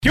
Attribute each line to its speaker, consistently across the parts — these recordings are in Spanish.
Speaker 1: ¿Qué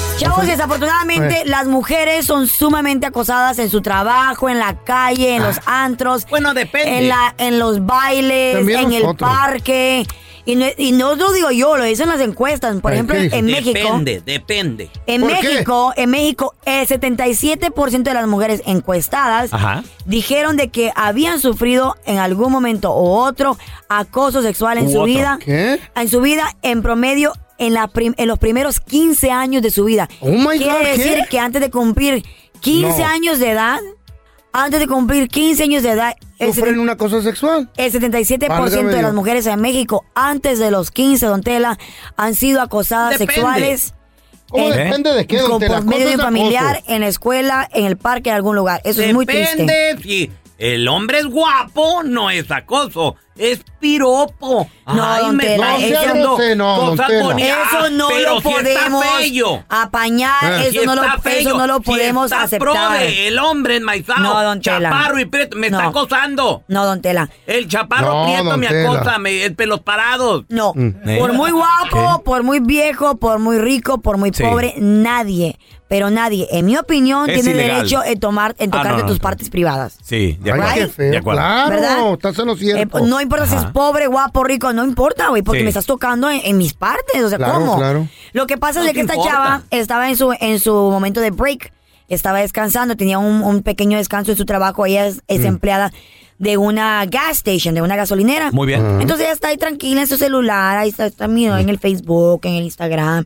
Speaker 2: Chavos, desafortunadamente, las mujeres son sumamente acosadas en su trabajo, en la calle, en los antros. Bueno, depende. En, la- en los bailes,
Speaker 3: Ah. También
Speaker 2: en el
Speaker 3: nosotros.
Speaker 2: parque. Y no, y no lo digo yo, lo dicen las encuestas. Por
Speaker 3: Ay,
Speaker 2: ejemplo,
Speaker 3: ¿qué dicen?
Speaker 2: en México.
Speaker 4: Depende, depende.
Speaker 2: En
Speaker 3: ¿Por qué?
Speaker 2: México, en México, el 77% de las mujeres encuestadas
Speaker 1: Ajá.
Speaker 2: dijeron de que habían sufrido en algún momento u otro acoso sexual en
Speaker 1: U
Speaker 2: su
Speaker 1: otro.
Speaker 2: vida.
Speaker 3: ¿Qué?
Speaker 2: En su vida, en promedio, en, la prim- en los primeros 15 años de su vida.
Speaker 3: Oh my
Speaker 2: Quiere
Speaker 3: God, ¿qué?
Speaker 2: decir que antes de cumplir 15
Speaker 3: No.
Speaker 2: años de edad, antes de cumplir 15 años de edad, el,
Speaker 3: ¿Sufren una cosa sexual?
Speaker 2: el 77%
Speaker 3: Válgame
Speaker 2: de las
Speaker 3: Dios.
Speaker 2: mujeres en México antes de los 15, don Tela, han sido acosadas
Speaker 4: Depende.
Speaker 2: sexuales.
Speaker 3: ¿Cómo
Speaker 2: Eh,
Speaker 3: depende de qué?
Speaker 2: con-
Speaker 3: Don Tela?
Speaker 2: por
Speaker 3: Acoso
Speaker 2: medio de
Speaker 3: es
Speaker 2: un
Speaker 3: acoso.
Speaker 2: familiar, en la escuela, en el parque, en algún lugar. Eso es muy triste.
Speaker 4: Depende. Si el hombre es guapo, no es acoso. Es piropo.
Speaker 2: No, don Tela,
Speaker 4: están
Speaker 2: no sea
Speaker 4: diciendo
Speaker 3: grosero, don
Speaker 4: cosas
Speaker 3: Tela.
Speaker 4: bonitas,
Speaker 2: Eso no
Speaker 4: pero
Speaker 2: lo
Speaker 4: si está
Speaker 2: podemos
Speaker 4: Bello.
Speaker 2: apañar,
Speaker 3: Eh.
Speaker 2: eso,
Speaker 4: Si
Speaker 2: no lo,
Speaker 4: está
Speaker 2: eso
Speaker 4: feo,
Speaker 2: no lo
Speaker 4: si
Speaker 2: podemos
Speaker 4: está
Speaker 2: aceptar.
Speaker 4: prode, el hombre enmaizado,
Speaker 2: No, don Tela.
Speaker 4: chaparro y prieto, me está
Speaker 2: No.
Speaker 4: acosando.
Speaker 2: No, don Tela.
Speaker 4: El chaparro
Speaker 3: No,
Speaker 4: prieto
Speaker 3: don
Speaker 4: me
Speaker 3: Tela. Mm.
Speaker 4: acosa, me, el pelos parados.
Speaker 2: No,
Speaker 1: Eh.
Speaker 2: por muy guapo, por muy viejo, por muy rico, por muy
Speaker 1: Sí.
Speaker 2: pobre, nadie, pero nadie, en mi opinión,
Speaker 1: Es
Speaker 2: tiene
Speaker 1: ilegal.
Speaker 2: derecho en tomar, en
Speaker 1: Ah,
Speaker 2: tocar
Speaker 1: no,
Speaker 2: de
Speaker 1: no,
Speaker 2: tus
Speaker 1: no.
Speaker 2: partes privadas.
Speaker 1: Sí, de
Speaker 3: Ay, qué
Speaker 1: De
Speaker 3: feo.
Speaker 1: acuerdo.
Speaker 3: Claro,
Speaker 2: ¿Verdad?
Speaker 3: estás en lo
Speaker 2: Eh,
Speaker 3: cierto.
Speaker 2: no importa si es pobre, guapo, rico, no importa, güey, porque
Speaker 1: Sí.
Speaker 2: me estás tocando en, en mis partes, o sea,
Speaker 3: Claro,
Speaker 2: ¿cómo?
Speaker 3: claro.
Speaker 2: Lo que pasa
Speaker 4: No
Speaker 2: es de que
Speaker 4: te
Speaker 2: esta
Speaker 4: importa.
Speaker 2: chava estaba en su, en su momento de break, estaba descansando, tenía un, un pequeño descanso en su trabajo, ella es,
Speaker 4: Mm.
Speaker 2: es empleada de una gas station, de una gasolinera.
Speaker 1: Muy bien.
Speaker 2: Entonces ella está ahí tranquila en su celular, ahí está, está mirando en el Facebook, en el Instagram,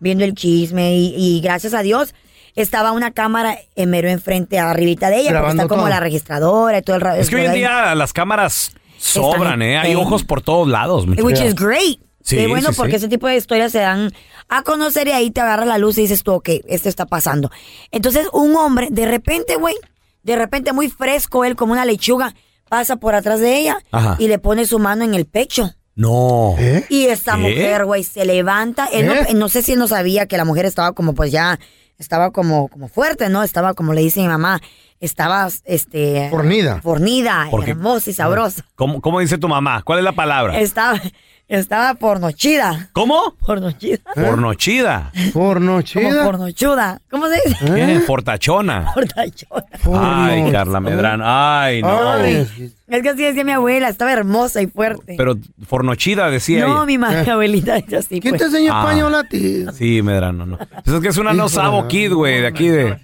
Speaker 2: viendo el chisme y, y gracias a Dios estaba una cámara en mero enfrente, arribita de ella, porque
Speaker 3: Grabando
Speaker 2: está como
Speaker 3: todo.
Speaker 2: la registradora y todo el ra-
Speaker 1: Es que hoy en día las cámaras sobran, ¿eh? Hay
Speaker 2: pues, en-
Speaker 1: ojos por todos lados. muchachos.
Speaker 2: Which is great.
Speaker 1: Sí,
Speaker 2: Qué bueno,
Speaker 1: sí, sí.
Speaker 2: porque ese tipo de historias se dan a conocer y ahí te agarra la luz y dices tú, ok, esto está pasando. Entonces, un hombre, de repente, güey, de repente muy fresco, él como una lechuga, pasa por atrás de ella
Speaker 1: Ajá.
Speaker 2: y le pone su mano en el pecho.
Speaker 1: No.
Speaker 3: ¿Eh?
Speaker 2: Y esta
Speaker 1: ¿Qué?
Speaker 2: mujer, güey, se levanta. Él no-
Speaker 3: ¿Eh?
Speaker 2: no, sé si él no sabía que la mujer estaba como, pues ya, estaba como, como fuerte, ¿no? Estaba, como le dice mi mamá, estaba, este...
Speaker 3: Fornida.
Speaker 2: Fornida,
Speaker 1: Porque-
Speaker 2: hermosa y sabrosa.
Speaker 1: ¿Cómo, cómo dice tu mamá? ¿Cuál es la palabra?
Speaker 2: Estaba, estaba pornochida.
Speaker 1: ¿Cómo?
Speaker 2: Pornochida.
Speaker 3: ¿Eh?
Speaker 1: Pornochida.
Speaker 2: Como
Speaker 3: Pornochida.
Speaker 2: pornochuda. ¿Cómo se dice?
Speaker 3: ¿Eh?
Speaker 1: ¿Qué? Fortachona.
Speaker 2: Portachona.
Speaker 1: Ay,
Speaker 3: Porno-
Speaker 1: Carla Medrano. Ay, no.
Speaker 3: Ay,
Speaker 2: Es que así decía mi abuela, estaba hermosa y fuerte.
Speaker 1: Pero fornochida decía
Speaker 2: no,
Speaker 1: ella.
Speaker 2: mi madre, abuelita, decía así.
Speaker 3: ¿Eh? ¿Quién
Speaker 2: pues.
Speaker 3: te enseñó
Speaker 1: Ah.
Speaker 3: español a ti?
Speaker 1: Sí, Medrano, no. Pues es que es una no
Speaker 3: Híjole.
Speaker 1: sabo kid, güey, de aquí de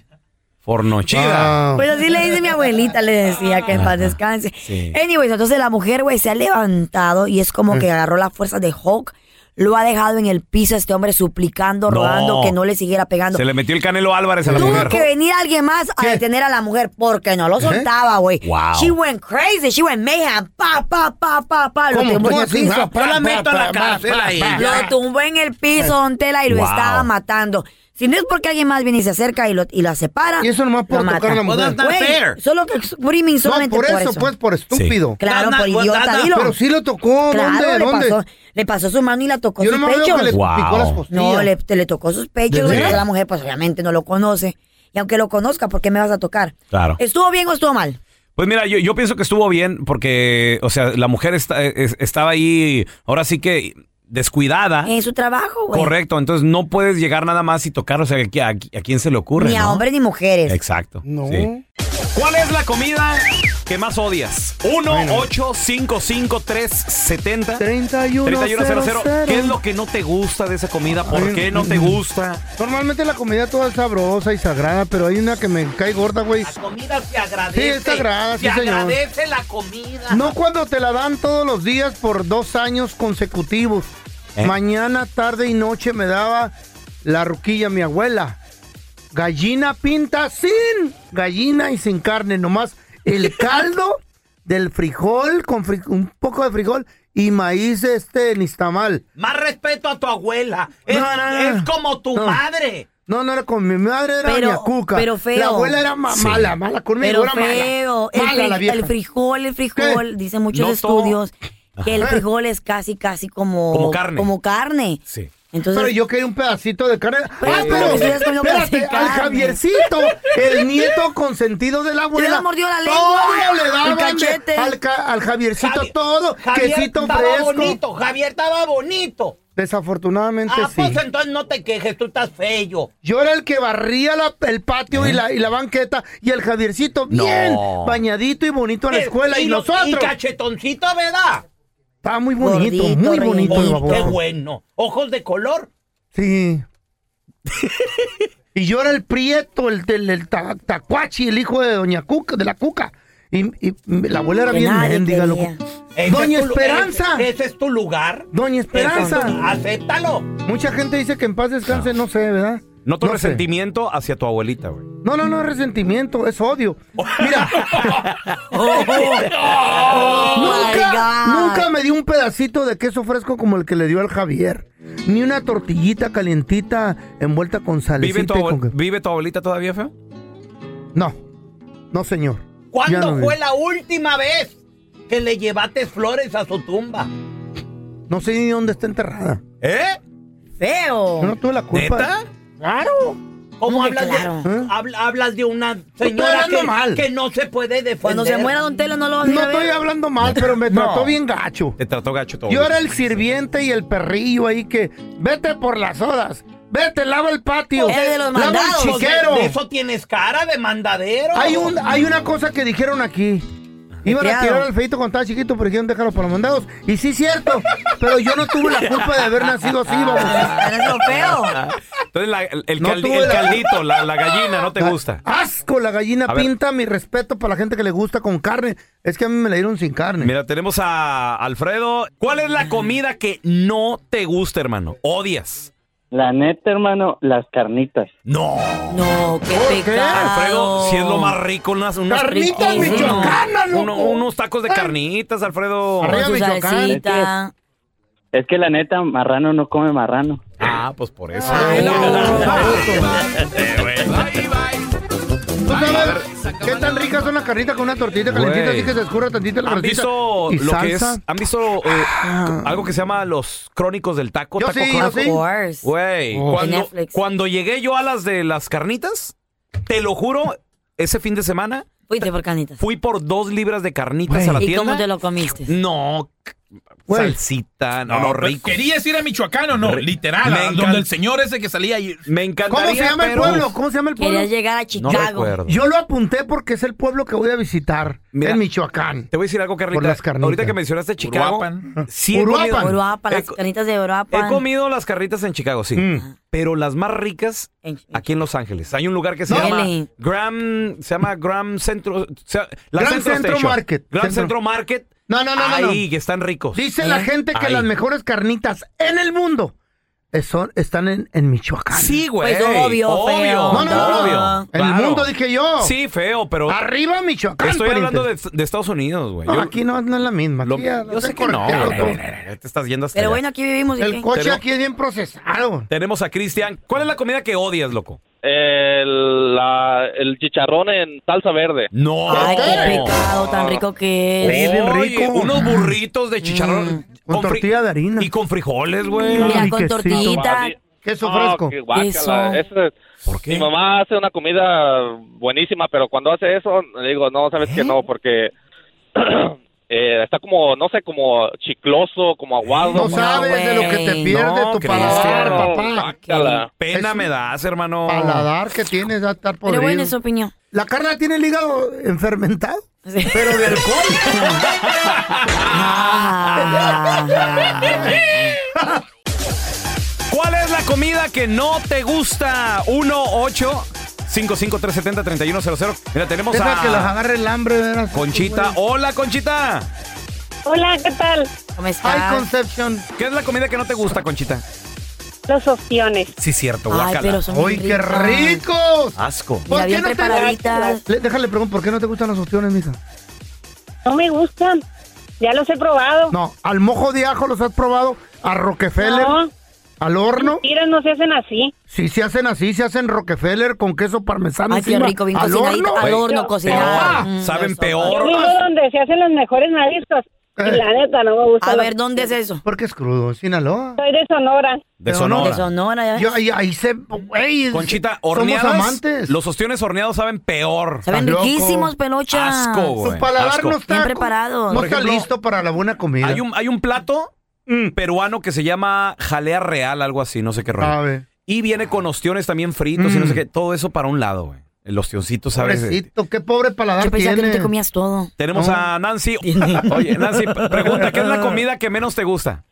Speaker 1: Fornochida.
Speaker 3: Ah,
Speaker 2: Pues así le dice mi abuelita, le decía que en paz descanse.
Speaker 1: Sí. Mm.
Speaker 2: Anyways, entonces la mujer, güey, se ha levantado y es como que agarró la fuerza de Hulk. Lo ha dejado en el piso este hombre suplicando,
Speaker 1: No.
Speaker 2: rogando que no le siguiera pegando.
Speaker 1: Se le metió el Canelo Álvarez a la
Speaker 2: Tuvo
Speaker 1: mujer.
Speaker 2: que venir alguien más a
Speaker 3: ¿Qué?
Speaker 2: detener a la mujer porque no lo soltaba, güey.
Speaker 1: Wow.
Speaker 2: She went crazy, she went mayhem. Pa, pa, pa, pa, pa. Lo
Speaker 3: ¿Cómo?
Speaker 2: tumbó en
Speaker 3: ¿Cómo
Speaker 2: el
Speaker 3: así?
Speaker 2: piso.
Speaker 3: Ah, pa,
Speaker 4: Yo la
Speaker 3: pa,
Speaker 4: meto
Speaker 3: pa,
Speaker 4: a la
Speaker 3: pa,
Speaker 4: cárcel
Speaker 3: pa, Eh,
Speaker 4: ahí.
Speaker 3: pa.
Speaker 2: Lo tumbó en el piso, Don Tela, y lo
Speaker 1: Wow.
Speaker 2: estaba matando. Si no es porque alguien más viene y se acerca y, lo, y la separa.
Speaker 3: Y eso nomás por
Speaker 2: la
Speaker 3: tocar a la
Speaker 2: mata.
Speaker 3: mujer. Well, that's not
Speaker 2: Güey,
Speaker 3: fair.
Speaker 2: Solo que screaming solamente
Speaker 3: por
Speaker 2: por
Speaker 3: eso, pues, por estúpido.
Speaker 2: Claro,
Speaker 3: That's
Speaker 2: por
Speaker 3: not- well,
Speaker 2: idiota,
Speaker 3: that's not-
Speaker 2: dilo.
Speaker 3: Pero sí le tocó,
Speaker 2: Claro,
Speaker 3: ¿dónde?
Speaker 2: Le,
Speaker 3: ¿dónde?
Speaker 2: Pasó, le pasó su mano y la tocó
Speaker 3: Yo
Speaker 2: sus
Speaker 3: no me veo
Speaker 2: pechos.
Speaker 3: que le Wow. picó las costillas.
Speaker 2: No, le, te le tocó sus pechos.
Speaker 3: ¿De
Speaker 2: güey,
Speaker 3: veras?
Speaker 2: la mujer, pues obviamente no lo conoce. Y aunque lo conozca, ¿por qué me vas a tocar?
Speaker 1: Claro.
Speaker 2: ¿Estuvo bien o estuvo mal?
Speaker 1: Pues mira, yo, yo pienso que estuvo bien porque, o sea, la mujer está- es- estaba ahí, ahora sí que descuidada.
Speaker 2: En su trabajo, güey.
Speaker 1: Correcto, entonces no puedes llegar nada más y tocar, o sea, ¿a, a- a quién se le ocurre?
Speaker 2: Ni a
Speaker 1: no?
Speaker 2: hombres ni mujeres.
Speaker 1: Exacto. sí. ¿Cuál es la comida que más odias? 1-855-370. 3100. ¿Qué es lo que no te gusta de esa comida? ¿Por
Speaker 3: Ay,
Speaker 1: qué no te
Speaker 3: mm.
Speaker 1: gusta?
Speaker 3: Normalmente la comida toda es sabrosa y sagrada, pero hay una que me cae gorda, güey.
Speaker 5: comida se agradece.
Speaker 3: Sí, es sagrada, sí,
Speaker 5: se
Speaker 3: señor.
Speaker 5: agradece la comida.
Speaker 3: No cuando te la dan todos los días por dos años consecutivos.
Speaker 5: ¿Eh?
Speaker 3: Mañana, tarde y noche me daba la ruquilla mi abuela. Gallina pinta sin gallina y sin carne, nomás el caldo del frijol con fri- un poco de frijol y maíz este nistamal.
Speaker 5: Más respeto a tu abuela. Es,
Speaker 3: No, no, no.
Speaker 5: es como tu
Speaker 3: No.
Speaker 5: madre.
Speaker 3: No, no era con mi madre, era
Speaker 2: Pero-
Speaker 3: mi acuca.
Speaker 2: pero feo.
Speaker 3: La abuela era ma-
Speaker 2: Sí.
Speaker 3: mala, mala conmigo,
Speaker 2: Pero
Speaker 3: era
Speaker 2: feo.
Speaker 3: mala. Mala
Speaker 2: el,
Speaker 3: la
Speaker 2: fri-
Speaker 3: vieja.
Speaker 2: el frijol, el frijol, dicen muchos
Speaker 3: No todo.
Speaker 2: estudios que el frijol es casi, casi como...
Speaker 3: Como carne.
Speaker 2: Como carne.
Speaker 1: Sí.
Speaker 2: Entonces-
Speaker 3: pero yo quería un pedacito de carne. ah,
Speaker 2: pero
Speaker 3: pero
Speaker 2: que estuvieras comiendo
Speaker 3: espérate,
Speaker 2: pedacito de
Speaker 3: al
Speaker 2: carne.
Speaker 3: Javiercito, el nieto consentido de la abuela.
Speaker 2: Le mordió la lengua,
Speaker 3: Todo le
Speaker 2: el
Speaker 3: daban de-
Speaker 2: cachete.
Speaker 3: al, ca- al Javiercito todo,
Speaker 5: Javier
Speaker 3: quesito
Speaker 5: estaba
Speaker 3: fresco.
Speaker 5: bonito, Javier estaba bonito.
Speaker 3: Desafortunadamente
Speaker 5: Ah,
Speaker 3: sí.
Speaker 5: pues entonces no te quejes, tú estás feo. ¿Eh?
Speaker 3: Yo era el que barría la- el patio y, la, y la banqueta y el Javiercito bien
Speaker 5: No.
Speaker 3: bañadito y bonito a la
Speaker 5: Eh,
Speaker 3: escuela y,
Speaker 5: lo-
Speaker 3: nosotros.
Speaker 5: Y cachetoncito, ¿verdad?
Speaker 3: Estaba muy bonito,
Speaker 5: Gordito,
Speaker 3: muy bonito el
Speaker 5: Oye,
Speaker 3: baboso.
Speaker 5: Qué bueno. Ojos de color.
Speaker 3: Sí. y yo era el prieto, el, del el ta- tacuachi, el hijo de Doña Cuca, de la Cuca. Y, y la abuela era
Speaker 5: Mm, Que
Speaker 3: bien
Speaker 5: nadie
Speaker 3: mendiga, loco.
Speaker 5: quería. Ese
Speaker 3: Doña
Speaker 5: es tu lu-
Speaker 3: Esperanza.
Speaker 5: ese- ese es tu lugar.
Speaker 3: Doña Esperanza.
Speaker 5: Eso, acéptalo.
Speaker 3: Mucha gente dice que en paz descanse, no sé, ¿verdad?
Speaker 1: Noto
Speaker 3: No sé.
Speaker 1: resentimiento hacia tu abuelita, güey.
Speaker 3: No, no, no es resentimiento, es odio.
Speaker 5: Oh,
Speaker 3: Oh nunca, nunca me dio un pedacito de queso fresco como el que le dio al Javier. Ni una tortillita calientita envuelta con
Speaker 1: ¿Vive tu,
Speaker 3: salecita y
Speaker 1: abue-
Speaker 3: con...
Speaker 1: vive tu abuelita todavía, feo?
Speaker 3: No, no señor.
Speaker 5: ¿Cuándo
Speaker 3: Ya no vive.
Speaker 5: fue la última vez que le llevaste flores a su tumba?
Speaker 3: No sé ni dónde está enterrada.
Speaker 1: ¿Eh?
Speaker 2: Feo.
Speaker 3: Yo no tuve la culpa.
Speaker 5: ¿Neta?
Speaker 3: Claro.
Speaker 5: ¿Cómo hablas,
Speaker 3: claro?
Speaker 5: de,
Speaker 3: ¿Eh?
Speaker 5: habl- hablas de una
Speaker 3: estoy
Speaker 5: señora
Speaker 3: hablando
Speaker 5: que,
Speaker 3: mal.
Speaker 5: que no se puede defender?
Speaker 3: Cuando se muera don
Speaker 2: Telo no lo
Speaker 3: No estoy hablando mal, pero me trató bien gacho.
Speaker 1: Te trató gacho todo.
Speaker 3: Yo era el sirviente y el perrillo ahí que, vete por las sodas, vete, lava el patio, lava el chiquero.
Speaker 5: Pues De eso tienes cara de mandadero.
Speaker 3: Hay, un, hay una cosa que dijeron aquí. Iban a
Speaker 5: criado.
Speaker 3: tirar al feito cuando estaba chiquito, pero dijeron déjalo para los mandados. Y sí, cierto. Pero yo no tuve la culpa de haber nacido así, vamos.
Speaker 2: Ah, Eres lo feo.
Speaker 1: Entonces, la- el, el
Speaker 3: No
Speaker 1: caldi-
Speaker 3: tuve
Speaker 1: el
Speaker 3: la- Ah,
Speaker 1: caldito, la, la gallina, no te gusta.
Speaker 3: Asco, la gallina
Speaker 1: A ver.
Speaker 3: pinta. Mi respeto para la gente que le gusta con carne. Es que a mí me la dieron sin carne.
Speaker 1: Mira, tenemos a Alfredo. ¿Cuál es la comida que no te gusta, hermano? Odias.
Speaker 6: La neta, hermano, las carnitas.
Speaker 1: No.
Speaker 2: No, qué
Speaker 1: Alfredo, si es lo más rico, unas, unas
Speaker 6: Carnitas
Speaker 1: uno-
Speaker 6: michoacanas, loco.
Speaker 1: uno- unos tacos de carnitas, Alfredo.
Speaker 6: Es que la neta, marrano no come marrano.
Speaker 1: Ah, pues por eso. Eh,
Speaker 3: ¿Tú sabes qué tan ricas son las carnitas con una tortita calentita
Speaker 1: Güey.
Speaker 3: así que se escurra tantito la
Speaker 1: ¿Han
Speaker 3: tortita?
Speaker 1: visto
Speaker 3: ¿Y
Speaker 1: lo que es?
Speaker 3: salsa?
Speaker 1: ¿Han visto eh, algo que se llama los crónicos del taco?
Speaker 3: Yo
Speaker 1: taco
Speaker 3: sí, yo
Speaker 1: Chronicle?
Speaker 3: sí. Of course.
Speaker 1: Güey,
Speaker 3: Oh.
Speaker 1: cuando,
Speaker 3: De Netflix.
Speaker 1: cuando llegué yo a las de las carnitas, te lo juro, ese fin de semana.
Speaker 2: Fuiste por carnitas.
Speaker 1: Fui por dos libras de carnitas a la
Speaker 2: ¿Y
Speaker 1: tienda.
Speaker 2: cómo te lo comiste?
Speaker 1: No, salsita, no, no, rico.
Speaker 7: pues, ¿Querías ir a Michoacán o no? Literal,
Speaker 1: Me
Speaker 7: a
Speaker 1: encan-
Speaker 7: donde el señor ese que salía ahí.
Speaker 1: Me encantaría.
Speaker 3: ¿Cómo se llama el
Speaker 1: pero-
Speaker 3: pueblo? ¿Cómo se llama el pueblo?
Speaker 2: Querías llegar a Chicago.
Speaker 1: recuerdo.
Speaker 3: Yo lo apunté porque es el pueblo que voy a visitar en Michoacán.
Speaker 1: Te voy a decir algo, Carlita.
Speaker 3: Por las carnitas.
Speaker 1: Ahorita que mencionaste Chicago.
Speaker 3: Uruapan.
Speaker 1: Sí, he
Speaker 3: Uruapan.
Speaker 1: comido-
Speaker 2: Uruapan, las
Speaker 1: He co-
Speaker 2: carnitas de Uruapan.
Speaker 1: He comido las carritas en Chicago, sí. Pero las más ricas aquí en Los Ángeles. Hay un lugar que se
Speaker 2: No.
Speaker 1: llama
Speaker 2: Really?
Speaker 1: Graham, se llama Graham Centro, se- la
Speaker 3: Graham
Speaker 1: Centro,
Speaker 3: Centro
Speaker 1: Station.
Speaker 3: Market.
Speaker 1: Graham
Speaker 3: Centro.
Speaker 1: Centro, Market.
Speaker 3: No, no, no, no,
Speaker 1: Ahí,
Speaker 3: no.
Speaker 1: que están ricos.
Speaker 3: Dice la gente que
Speaker 1: Ahí.
Speaker 3: las mejores carnitas en el mundo son, están en, en Michoacán.
Speaker 2: Pues
Speaker 1: Sí, güey.
Speaker 3: No, no, no, no. En el mundo dije yo.
Speaker 1: Sí, feo, pero.
Speaker 3: Arriba Michoacán.
Speaker 1: Estoy
Speaker 3: pariente.
Speaker 1: hablando de, de Estados Unidos, güey.
Speaker 3: No,
Speaker 1: Yo-
Speaker 3: aquí no, no es la misma.
Speaker 1: lo-
Speaker 3: aquí ya
Speaker 1: yo sé
Speaker 3: está
Speaker 1: que no.
Speaker 3: corteado
Speaker 1: güey,
Speaker 3: todo.
Speaker 1: güey, güey, güey, Te estás yendo hasta
Speaker 2: Pero
Speaker 1: allá.
Speaker 2: bueno, aquí vivimos. ¿y
Speaker 3: El
Speaker 2: qué?
Speaker 3: coche
Speaker 1: Pero-
Speaker 3: aquí es bien procesado.
Speaker 1: Tenemos a Cristian. ¿Cuál es la comida que odias, loco?
Speaker 8: El, la- el chicharrón en salsa verde.
Speaker 1: No.
Speaker 2: Ay, qué
Speaker 1: Oh.
Speaker 2: pecado tan rico que es.
Speaker 1: Oye, Unos burritos de chicharrón. Mm, con, tortilla de harina. Y con frijoles, güey.
Speaker 2: Mira, con tortillita.
Speaker 3: Queso
Speaker 8: Ah, No, que guácala. Eso- Mi mamá hace una comida buenísima, pero cuando hace eso, le digo, no, sabes que no, porque eh, está como, no sé, como chicloso, como aguado.
Speaker 3: No sabes de lo que te pierde tu
Speaker 2: Ah,
Speaker 3: paladar, papá.
Speaker 8: Guácala.
Speaker 1: Pena me das, hermano.
Speaker 3: Paladar que tienes a estar podrido.
Speaker 2: bueno, es su opinión.
Speaker 3: La carne tiene el hígado enfermentado. Pero de
Speaker 2: Ah.
Speaker 1: alcohol. ¿Cuál es la comida que no te gusta? 1 8 370 3100 Mira, tenemos
Speaker 3: Deja
Speaker 1: a
Speaker 3: que las agarre el hambre, verás.
Speaker 1: Conchita. Hola, Conchita.
Speaker 9: Hola, ¿qué tal?
Speaker 2: ¿Cómo
Speaker 3: Ay, Concepción.
Speaker 1: ¿Qué es la comida que no te gusta, Conchita?
Speaker 9: Los opciones.
Speaker 1: Sí, cierto,
Speaker 3: Ay,
Speaker 1: guácala.
Speaker 3: pero son muy Ay, qué ricas. ricos!
Speaker 1: Asco.
Speaker 3: ¿Por qué
Speaker 9: bien
Speaker 3: no te
Speaker 9: preparaditas.
Speaker 3: Le- Déjale preguntar, ¿por qué no te gustan los ostiones, mija?
Speaker 9: No me gustan. Ya los he probado.
Speaker 3: No, al mojo de ajo los has probado, a Rockefeller,
Speaker 9: No.
Speaker 3: al horno.
Speaker 9: Mira, no se hacen así.
Speaker 3: Sí, se hacen así, se hacen Rockefeller con queso parmesano.
Speaker 2: Ay, qué
Speaker 3: encima,
Speaker 2: rico, bien
Speaker 3: al
Speaker 2: cocinadita,
Speaker 3: horno. Ah,
Speaker 2: al horno cocinada. Mm,
Speaker 1: Saben
Speaker 9: Yo
Speaker 1: peor.
Speaker 9: vivo donde se hacen los mejores mariscos. Y
Speaker 3: Eh.
Speaker 9: la neta, no me gusta.
Speaker 2: A ver, ¿dónde es eso?
Speaker 3: Porque es crudo, Sinaloa.
Speaker 9: Soy de Sonora.
Speaker 1: De Sonora.
Speaker 2: De Sonora, ya ves.
Speaker 3: Yo, ahí, ahí se... güey,
Speaker 1: Conchita,
Speaker 3: Somos
Speaker 1: horneadas.
Speaker 3: amantes.
Speaker 1: Los ostiones horneados saben peor.
Speaker 2: Saben
Speaker 1: Estás loco.
Speaker 2: riquísimos, pelocha.
Speaker 1: Asco, güey.
Speaker 3: Su paladar
Speaker 1: Asco.
Speaker 3: no está,
Speaker 2: Bien preparados.
Speaker 3: no
Speaker 1: Por
Speaker 3: está
Speaker 1: ejemplo,
Speaker 3: listo para la buena comida. Mm.
Speaker 1: Hay un, hay un plato peruano que se llama jalea real, algo así, no sé qué rollo.
Speaker 3: Sabe. Mm.
Speaker 1: Y viene con ostiones también fritos y no sé qué. Todo eso para un lado, güey. El ostioncito, ¿sabes?
Speaker 3: Pobrecito, qué pobre paladar
Speaker 2: Yo pensaba
Speaker 3: tiene.
Speaker 2: que no te comías todo.
Speaker 1: Tenemos
Speaker 3: No.
Speaker 1: a Nancy. Oye, Nancy, p- pregunta, ¿qué es la comida que menos te gusta?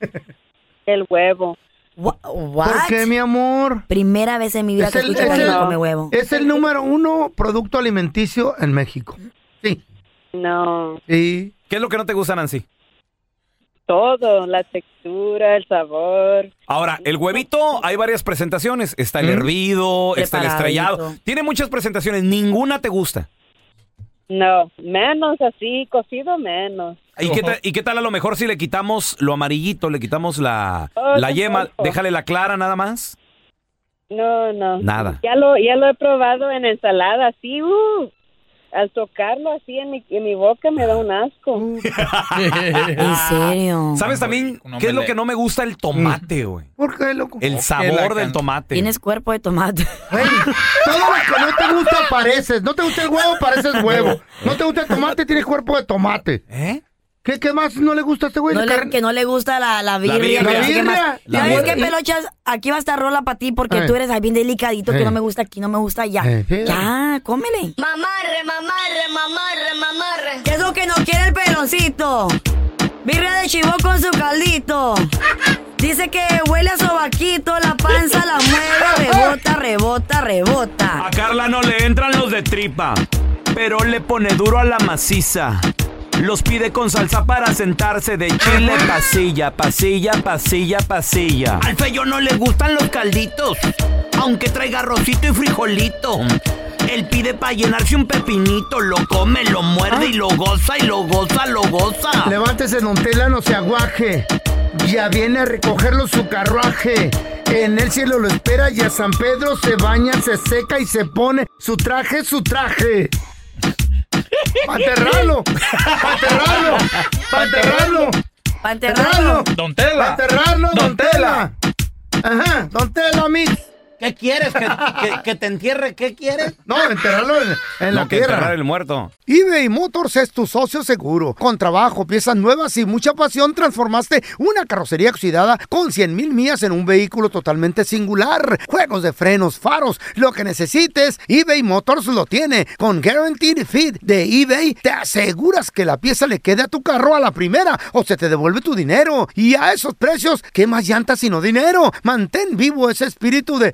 Speaker 9: El huevo.
Speaker 2: Wha- What?
Speaker 3: ¿Por qué, mi amor?
Speaker 2: Primera vez en mi vida
Speaker 3: Es
Speaker 2: que
Speaker 3: el,
Speaker 2: escucho
Speaker 3: es
Speaker 2: que
Speaker 3: el-
Speaker 2: alguien come huevo.
Speaker 3: es el número uno producto alimenticio en México. Sí,
Speaker 9: No.
Speaker 3: sí.
Speaker 1: ¿Qué es lo que no te gusta, Nancy?
Speaker 9: Todo. La textura, el sabor.
Speaker 1: Ahora, el huevito, hay varias presentaciones. Está el hervido, está el
Speaker 9: Preparadito.
Speaker 1: estrellado. Tiene muchas presentaciones. Ninguna te gusta.
Speaker 9: No. Menos así. Cocido menos.
Speaker 1: ¿Y qué, tal, y qué tal a lo mejor si le quitamos lo amarillito, le quitamos la,
Speaker 9: Oh,
Speaker 1: la
Speaker 9: qué
Speaker 1: yema,
Speaker 9: rico.
Speaker 1: déjale la clara nada más?
Speaker 9: No, no.
Speaker 1: Nada.
Speaker 9: Ya lo, ya lo he probado en ensalada, así, uh, al tocarlo así en mi, en mi boca me da un asco.
Speaker 2: ¿En serio?
Speaker 1: ¿Sabes también
Speaker 10: Un
Speaker 1: qué es lo
Speaker 10: omelette.
Speaker 1: que no me gusta? El tomate, güey.
Speaker 3: ¿Por qué, loco? Oh.
Speaker 1: El sabor del tomate.
Speaker 2: Tienes cuerpo de tomate.
Speaker 3: Güey, todo lo que no te gusta pareces. No te gusta el huevo, pareces huevo. No te gusta el tomate, tienes cuerpo de tomate.
Speaker 1: ¿Eh?
Speaker 3: ¿Qué, qué más no le gusta a este güey?
Speaker 2: No
Speaker 3: La
Speaker 2: le-
Speaker 3: carne-
Speaker 2: que no le gusta la, la birria.
Speaker 3: birria.
Speaker 2: que no sé qué más.
Speaker 3: La birria.
Speaker 2: ¿Sabes
Speaker 3: La
Speaker 2: qué,
Speaker 3: birria.
Speaker 2: pelochas? Aquí va a estar rola para ti porque
Speaker 3: Eh.
Speaker 2: tú eres ahí bien delicadito, que
Speaker 3: Eh.
Speaker 2: no me gusta aquí, no me gusta allá.
Speaker 3: Eh, sí.
Speaker 2: Ya, cómele.
Speaker 11: Mamarre, mamarre, mamarre, mamarre.
Speaker 2: ¿Qué es lo que no quiere el peloncito? Birria de chivo con su caldito. Dice que huele a sobaquito, la panza la mueve, rebota, rebota, rebota.
Speaker 1: A Carla no le entran los de tripa, pero le pone duro a la maciza. Los pide con salsa para sentarse de chile, pasilla, pasilla, pasilla, pasilla.
Speaker 12: Al feyo no le gustan los calditos, aunque traiga arrocito y frijolito. Él pide para llenarse un pepinito, lo come, lo muerde y lo goza y lo goza, lo goza.
Speaker 3: Ah. Levántese, don Tela, no se aguaje. Ya viene a recogerlo su carruaje. En el cielo lo espera y a San Pedro se baña, se seca y se pone su traje, su traje. ¡Paterralo! ¡Paterralo! ¡Paterralo!
Speaker 2: Pa' enterrarlo.
Speaker 3: ¡Paterralo!
Speaker 10: Don Tela.
Speaker 3: ¡Paterralo, don Tela! Ajá, don Tela, mix.
Speaker 12: ¿Qué quieres? ¿Que, que- que te entierre? ¿Qué quieres?
Speaker 3: No, enterrarlo en, en la
Speaker 1: No, que enterrar
Speaker 3: tierra.
Speaker 1: el muerto.
Speaker 3: eBay Motors es tu socio seguro. Con trabajo, piezas nuevas y mucha pasión, transformaste una carrocería oxidada con 100 mil millas en un vehículo totalmente singular. Juegos de frenos, faros, lo que necesites, eBay Motors lo tiene. Con Guaranteed Fit de eBay, te aseguras que la pieza le quede a tu carro a la primera o se te devuelve tu dinero. Y a esos precios, ¿qué más llantas sino dinero? Mantén vivo ese espíritu de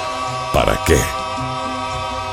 Speaker 13: ¿para qué?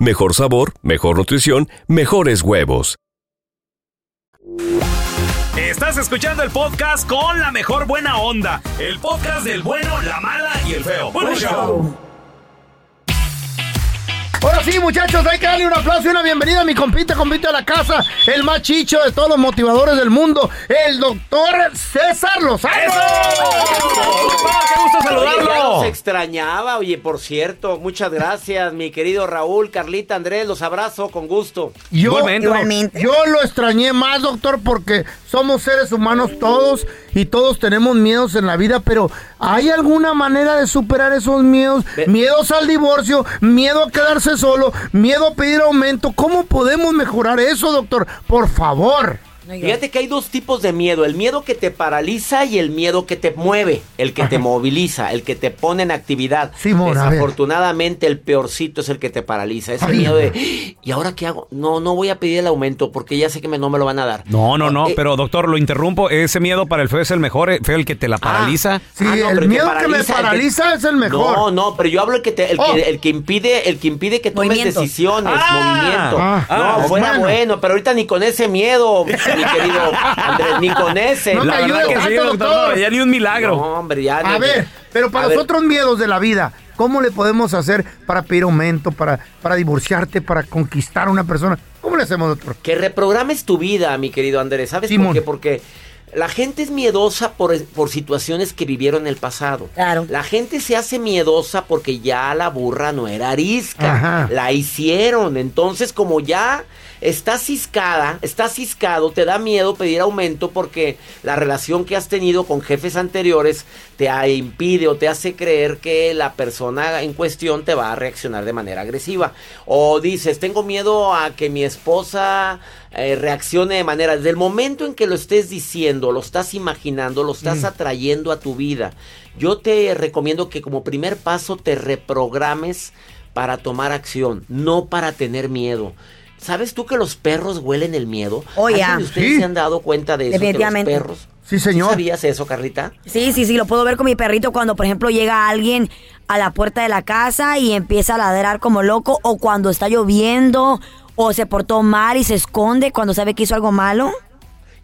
Speaker 10: Mejor sabor, mejor nutrición, mejores huevos.
Speaker 14: Estás escuchando el podcast con la mejor buena onda. El podcast del bueno, la mala y el feo. Bueno, show.
Speaker 3: Ahora sí, muchachos, hay que darle un aplauso y una bienvenida a mi compita, compita de la casa, el más chicho de todos los motivadores del mundo, el doctor César Lozano.
Speaker 12: ¡Qué gusto
Speaker 3: saludarlo!
Speaker 12: ya los extrañaba, oye, por cierto, muchas gracias, mi querido Raúl, Carlita, Andrés, los abrazo con gusto.
Speaker 3: Yo, yo lo extrañé más, doctor, porque somos seres humanos todos y todos tenemos miedos en la vida, pero ¿hay alguna manera de superar esos miedos? Miedos al divorcio, miedo a quedarse solo, miedo a pedir aumento. ¿Cómo podemos mejorar eso, doctor? Por favor.
Speaker 12: Fíjate que hay dos tipos de miedo, el miedo que te paraliza y el miedo que te mueve, el que te moviliza, el que te pone en actividad.
Speaker 3: Simón, a ver.
Speaker 12: Desafortunadamente el peorcito es el que te paraliza, ese
Speaker 3: Ay.
Speaker 12: miedo de ¿y ahora qué hago? No, no voy a pedir el aumento porque ya sé que me- no me lo van a dar.
Speaker 1: No, no, no,
Speaker 12: Eh,
Speaker 1: pero doctor, lo interrumpo. Ese miedo para el feo es el mejor, eh, feo el que te la paraliza.
Speaker 3: Sí,
Speaker 12: Ah, no, pero
Speaker 3: el
Speaker 12: el que
Speaker 3: miedo que me
Speaker 12: paraliza, el que-
Speaker 3: paraliza es el mejor.
Speaker 12: No, no, pero yo hablo el que te- el,
Speaker 3: Oh.
Speaker 12: que, el que impide, el que impide que tomes
Speaker 3: Movimientos.
Speaker 12: decisiones, movimiento.
Speaker 3: Ah,
Speaker 12: no,
Speaker 3: ah,
Speaker 12: fuera
Speaker 3: bueno.
Speaker 12: bueno. pero ahorita ni con ese miedo, mi querido Andrés, ni con ese.
Speaker 3: No me La verdad ayude que sí, tanto, doctor, doctor. no, ya ni un milagro.
Speaker 12: No, hombre, ya
Speaker 3: A
Speaker 12: no-
Speaker 3: ver, pero para
Speaker 12: A
Speaker 3: los
Speaker 12: ver,
Speaker 3: otros miedos de la vida, ¿cómo le podemos hacer para pedir aumento, para, para divorciarte, para conquistar a una persona? ¿Cómo le hacemos, doctor?
Speaker 12: Que reprogrames tu vida, mi querido Andrés. ¿Sabes
Speaker 3: Simón.
Speaker 12: por qué? Porque la gente es miedosa por, por situaciones que vivieron en el pasado. Claro. La gente se hace miedosa porque ya la burra no era arisca.
Speaker 6: Ajá.
Speaker 12: La hicieron. Entonces, como ya estás ciscada, estás ciscado, te da miedo pedir aumento porque la relación que has tenido con jefes anteriores te ha- impide o te hace creer que la persona en cuestión te va a reaccionar de manera agresiva. O dices, tengo miedo a que mi esposa eh, reaccione de manera... Desde el momento en que lo estés diciendo, lo estás imaginando, lo estás
Speaker 15: Mm.
Speaker 12: atrayendo a tu vida, yo te recomiendo que como primer paso te reprogrames para tomar acción, no para tener miedo. ¿Sabes tú que los perros huelen el miedo?
Speaker 2: Oh, ya.
Speaker 12: ¿Alguien de ustedes
Speaker 2: Sí.
Speaker 12: se han dado cuenta de eso? que los
Speaker 2: Definitivamente.
Speaker 12: perros? Sí, señor. ¿Sabías eso, Carlita?
Speaker 2: Sí, sí, sí, lo puedo ver con mi perrito cuando, por ejemplo, llega alguien a la puerta de la casa y empieza a ladrar como loco o cuando está lloviendo o se portó mal y se esconde cuando sabe que hizo algo malo.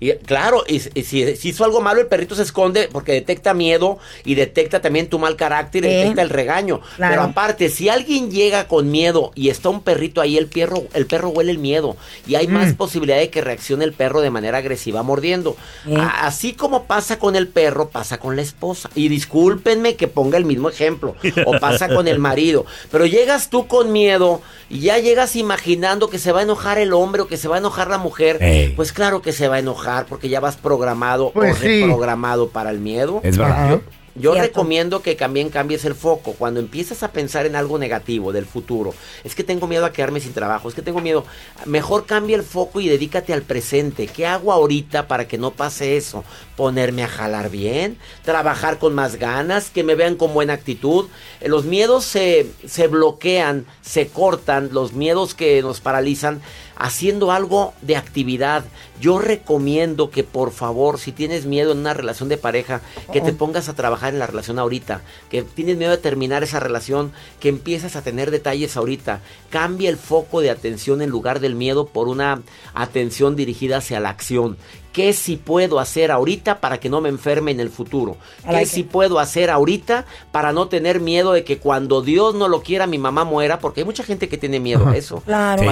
Speaker 12: Y claro, y, y si, si hizo algo malo, el perrito se esconde porque detecta miedo y detecta también tu mal carácter, y
Speaker 2: Sí.
Speaker 12: detecta el regaño.
Speaker 2: Claro.
Speaker 12: Pero aparte, si alguien llega con miedo y está un perrito ahí, el perro, el perro huele el miedo y hay
Speaker 2: Mm.
Speaker 12: más posibilidad de que reaccione el perro de manera agresiva mordiendo. A- así como pasa con el perro, pasa con la esposa. Y discúlpenme que ponga el mismo ejemplo, o pasa con el marido. Pero llegas tú con miedo y ya llegas imaginando que se va a enojar el hombre o que se va a enojar la mujer.
Speaker 1: Ey.
Speaker 12: Pues claro que se va a enojar porque ya vas programado
Speaker 1: Pues
Speaker 12: o
Speaker 1: sí.
Speaker 12: reprogramado para el miedo.
Speaker 1: Es verdad.
Speaker 12: Yo- Yo, recomiendo que también cambies el foco. Cuando empiezas a pensar en algo negativo del futuro, es que tengo miedo a quedarme sin trabajo, es que tengo miedo. Mejor cambia el foco y dedícate al presente. ¿Qué hago ahorita para que no pase eso? Ponerme a jalar bien, trabajar con más ganas, que me vean con buena actitud. Eh, Los miedos se, se bloquean, se cortan, los miedos que nos paralizan haciendo algo de actividad. Yo recomiendo que por favor, si tienes miedo en una relación de pareja, que te pongas a trabajar en la relación ahorita, que tienes miedo de terminar esa relación, que empiezas a tener detalles ahorita. Cambia el foco de atención en lugar del miedo por una atención dirigida hacia la acción. ¿Qué si puedo hacer ahorita para que no me enferme en el futuro?
Speaker 16: I
Speaker 12: ¿Qué
Speaker 16: like
Speaker 12: si puedo hacer ahorita para no tener miedo de que cuando Dios no lo quiera mi mamá muera? Porque hay mucha gente que tiene miedo a eso. Cuando-